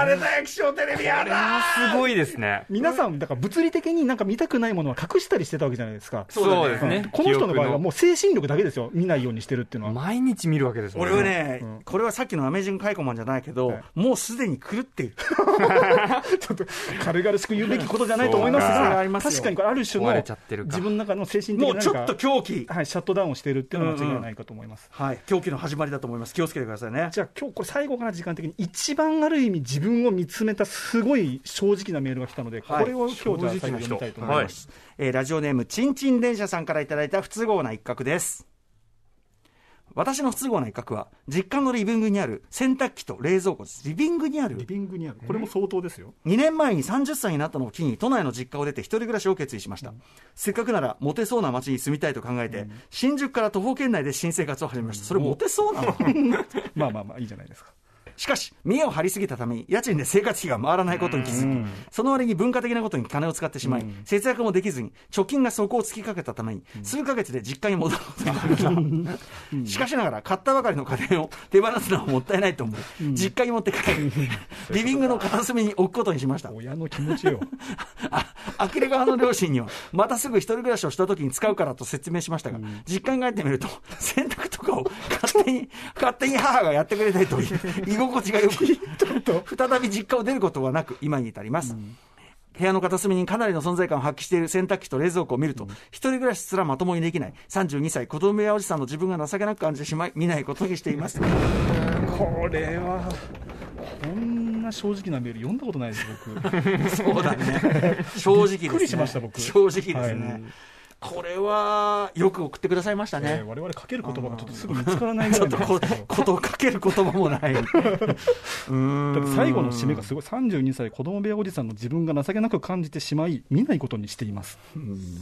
Speaker 2: ー壊れた液晶テレビやだー
Speaker 3: すごいですね。
Speaker 4: 皆さん、だから物理的になんか見たくないものは隠したりしてたわけじゃないですか。
Speaker 3: そうです
Speaker 4: うん
Speaker 3: ね。
Speaker 4: この人の場合はも
Speaker 3: う
Speaker 4: う精神力だけですよ、見ないようにしてるっていうのは。
Speaker 3: 毎日見るわけですもん
Speaker 2: 俺はね、
Speaker 4: うん
Speaker 2: これはさっきのアメージングカイコマンじゃないけど、
Speaker 4: はい
Speaker 2: もうすでに狂っている、
Speaker 4: ちょっと軽々しく言うべきことじゃないと思います
Speaker 3: そう
Speaker 2: か
Speaker 4: が、
Speaker 2: そう
Speaker 4: 確かにこれある種の
Speaker 3: 壊れちゃってるか
Speaker 4: 自分の中の精神的
Speaker 2: も
Speaker 4: な
Speaker 2: うち
Speaker 4: 何か
Speaker 2: ょっと狂気、
Speaker 4: はい、シャットダウンをしているっていうのは間違いないかと思います。
Speaker 2: はい、狂気の始まりだと思います、気をつけてくださいね。
Speaker 4: じゃあ今日これ最後かな時間的に一番ある意味自分を見つめたすごい正直なメールが来たので、
Speaker 2: はい
Speaker 4: これを今日じゃあ最後読みたいと思います。
Speaker 3: はい
Speaker 2: えーラジオネームちんちん電車さんからいただいた不都合な一角です私の不都合な一角は、実家のリビングにある洗濯機と冷蔵庫です。リビングにある
Speaker 4: リビングにある。これも相当ですよ。
Speaker 2: 2年前に30歳になったのを機に都内の実家を出て一人暮らしを決意しました、せっかくならモテそうな街に住みたいと考えて、新宿から徒歩圏内で新生活を始めましたそれモテそうなの
Speaker 4: まあまあまあ、いいじゃないですか。
Speaker 2: しかし見栄を張りすぎたために家賃で生活費が回らないことに気づき、その割に文化的なことに金を使ってしまい、節約もできずに貯金が底をつきかけたために、数ヶ月で実家に戻ることになりました、しかしながら買ったばかりの家電を 手放すのはもったいないと思う、実家に持って帰りリビングの片隅に置くことにしました
Speaker 4: 親の気持ちよ。
Speaker 2: あ、あきれ側の両親には、またすぐ一人暮らしをした時に使うからと説明しましたが、実家に帰ってみると、 洗濯とかを勝手に、勝手に母がやってくれたいという、居心地がよく、再び実家を出ることはなく、今に至ります。部屋の片隅にかなりの存在感を発揮している洗濯機と冷蔵庫を見ると、一人暮らしすらまともにできない、32歳、子供部屋おじさんの自分が情けなく感じてしまい、見ないことにしています。
Speaker 4: これは、こんな正直なメール読んだことないです、 僕。
Speaker 2: そうだ ね。正直ですね。
Speaker 4: びっくりしました僕
Speaker 2: 正直ですね。
Speaker 4: はい
Speaker 2: これは、よく送ってくださいました
Speaker 4: え
Speaker 2: ね
Speaker 4: ー。我々書ける言葉がちょっとすぐ見つからないぐ
Speaker 2: ち
Speaker 4: ら
Speaker 2: ょ
Speaker 4: い
Speaker 2: っ
Speaker 4: な
Speaker 2: と
Speaker 4: んです
Speaker 2: こ
Speaker 4: け ど、
Speaker 2: ことをかける言葉も ない。う
Speaker 4: だって
Speaker 2: ーん
Speaker 4: 最後の締めがすごい、32歳、子供部屋おじさんの自分が情けなく感じてしまい、見ないことにしています。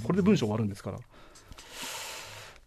Speaker 4: これで文章終わるんですから。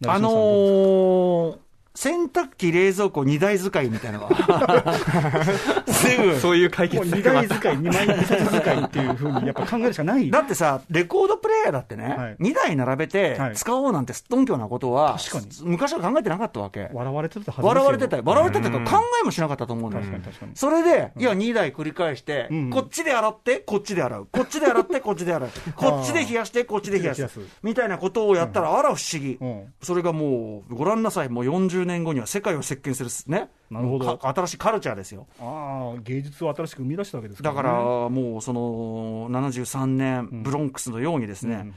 Speaker 2: あのー、洗濯機、冷蔵庫、二台使いみたいなのは。すぐ。
Speaker 3: そういう解
Speaker 4: もう
Speaker 3: 決
Speaker 4: 2
Speaker 3: 策は
Speaker 4: 台使い、2枚使いっていうふうにやっぱ考えるしか ない。
Speaker 2: だってさ、レコードプレイヤーだって
Speaker 4: はい
Speaker 2: ね、二台並べて
Speaker 4: はい
Speaker 2: 使おうなんてすっとんきょうなことは
Speaker 4: 確かに、
Speaker 2: 昔は考えてなかったわけ。
Speaker 4: 笑われてたはずですよ
Speaker 2: 笑われてたよ。笑われてた
Speaker 3: う
Speaker 2: と
Speaker 3: ん
Speaker 2: 考えもしなかったと思うんだよ
Speaker 4: 確。かに確かに。
Speaker 2: それで、いや、2台繰り返して、
Speaker 4: うん
Speaker 2: こっちで洗って、こっちで洗う、こっちで洗って、こっちで洗 う、こっちで冷やして、こっちで冷や
Speaker 4: こ
Speaker 2: す
Speaker 4: っちで冷やす、
Speaker 2: みたいなことをやったら、あら不思議、
Speaker 4: うん
Speaker 2: それがもう、ご覧なさい、もう40年後には世界を席巻するすね、
Speaker 4: なるほど
Speaker 2: か新しいカルチャーですよ。
Speaker 4: ああ、芸術を新しく生み出したわけです
Speaker 2: だから
Speaker 4: ね、
Speaker 2: もうその73年、ブロンクスのようにですね、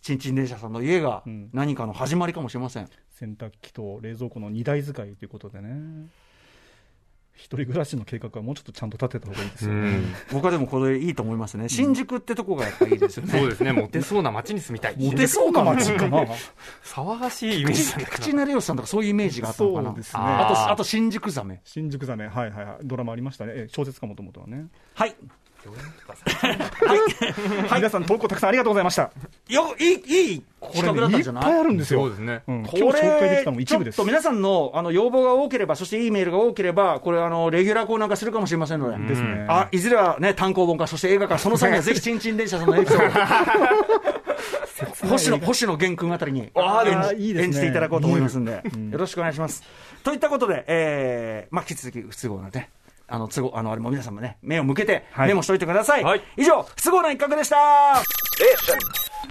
Speaker 2: ちんちん電車さんの家が
Speaker 4: ん
Speaker 2: 何かの始まりかもしれません。
Speaker 4: 洗濯機と冷蔵庫の2台使いということでね、一人暮らしの計画はもうちょっとちゃんと立てた方がいいです
Speaker 3: う
Speaker 4: よ、
Speaker 3: ん
Speaker 2: 僕はでもこれいいと思いますね。新宿ってとこがやっぱいいですよね。
Speaker 3: そうですね、モテそうな街に住みたい。
Speaker 2: モテそうかな
Speaker 4: 街 かな、
Speaker 3: 騒がしいイメージだな
Speaker 2: 菊池成吉さんとかそういうイメージがあったのかな。
Speaker 4: そうですね
Speaker 2: あ
Speaker 3: あー
Speaker 2: と、あと新宿ザメ。
Speaker 4: 新宿ザメ、はいはいはい、ドラマありましたね、え小説家もともとはね、
Speaker 2: はい。
Speaker 4: 皆さん、投稿たくさんありがとうございました、
Speaker 2: よ、いい、いい
Speaker 4: こ
Speaker 2: 企
Speaker 4: れ、
Speaker 2: 画だったん
Speaker 4: ね、いっ
Speaker 2: じゃ
Speaker 4: ぱ
Speaker 2: ない
Speaker 4: いあるんですよ、
Speaker 3: そうですね
Speaker 4: うん、今
Speaker 2: こ
Speaker 4: 日
Speaker 2: れ
Speaker 4: 紹介できたのも一部です
Speaker 2: ちょっと。皆さんのあの要望が多ければ、そしていいメールが多ければ、これあの、レギュラーコーナー化するかもしれませんので、
Speaker 4: ですね
Speaker 2: あいずれは、ね、単行本化、そして映画化、その際 にはぜひ、ちんちん電車さんのエピソード星野星野源君あたりに
Speaker 4: あー
Speaker 2: 演じ
Speaker 4: いいですね
Speaker 2: 演じていただこうと思いますんで、よろしくお願いします。といったことで、えーまあ、引き続き不都合なね。あの都合あのあれも皆さんもね、目を向けて、
Speaker 4: い
Speaker 2: メモしておいてください。
Speaker 3: はい
Speaker 2: 以上、不都合な一角でした。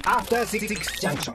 Speaker 1: After Six Junction.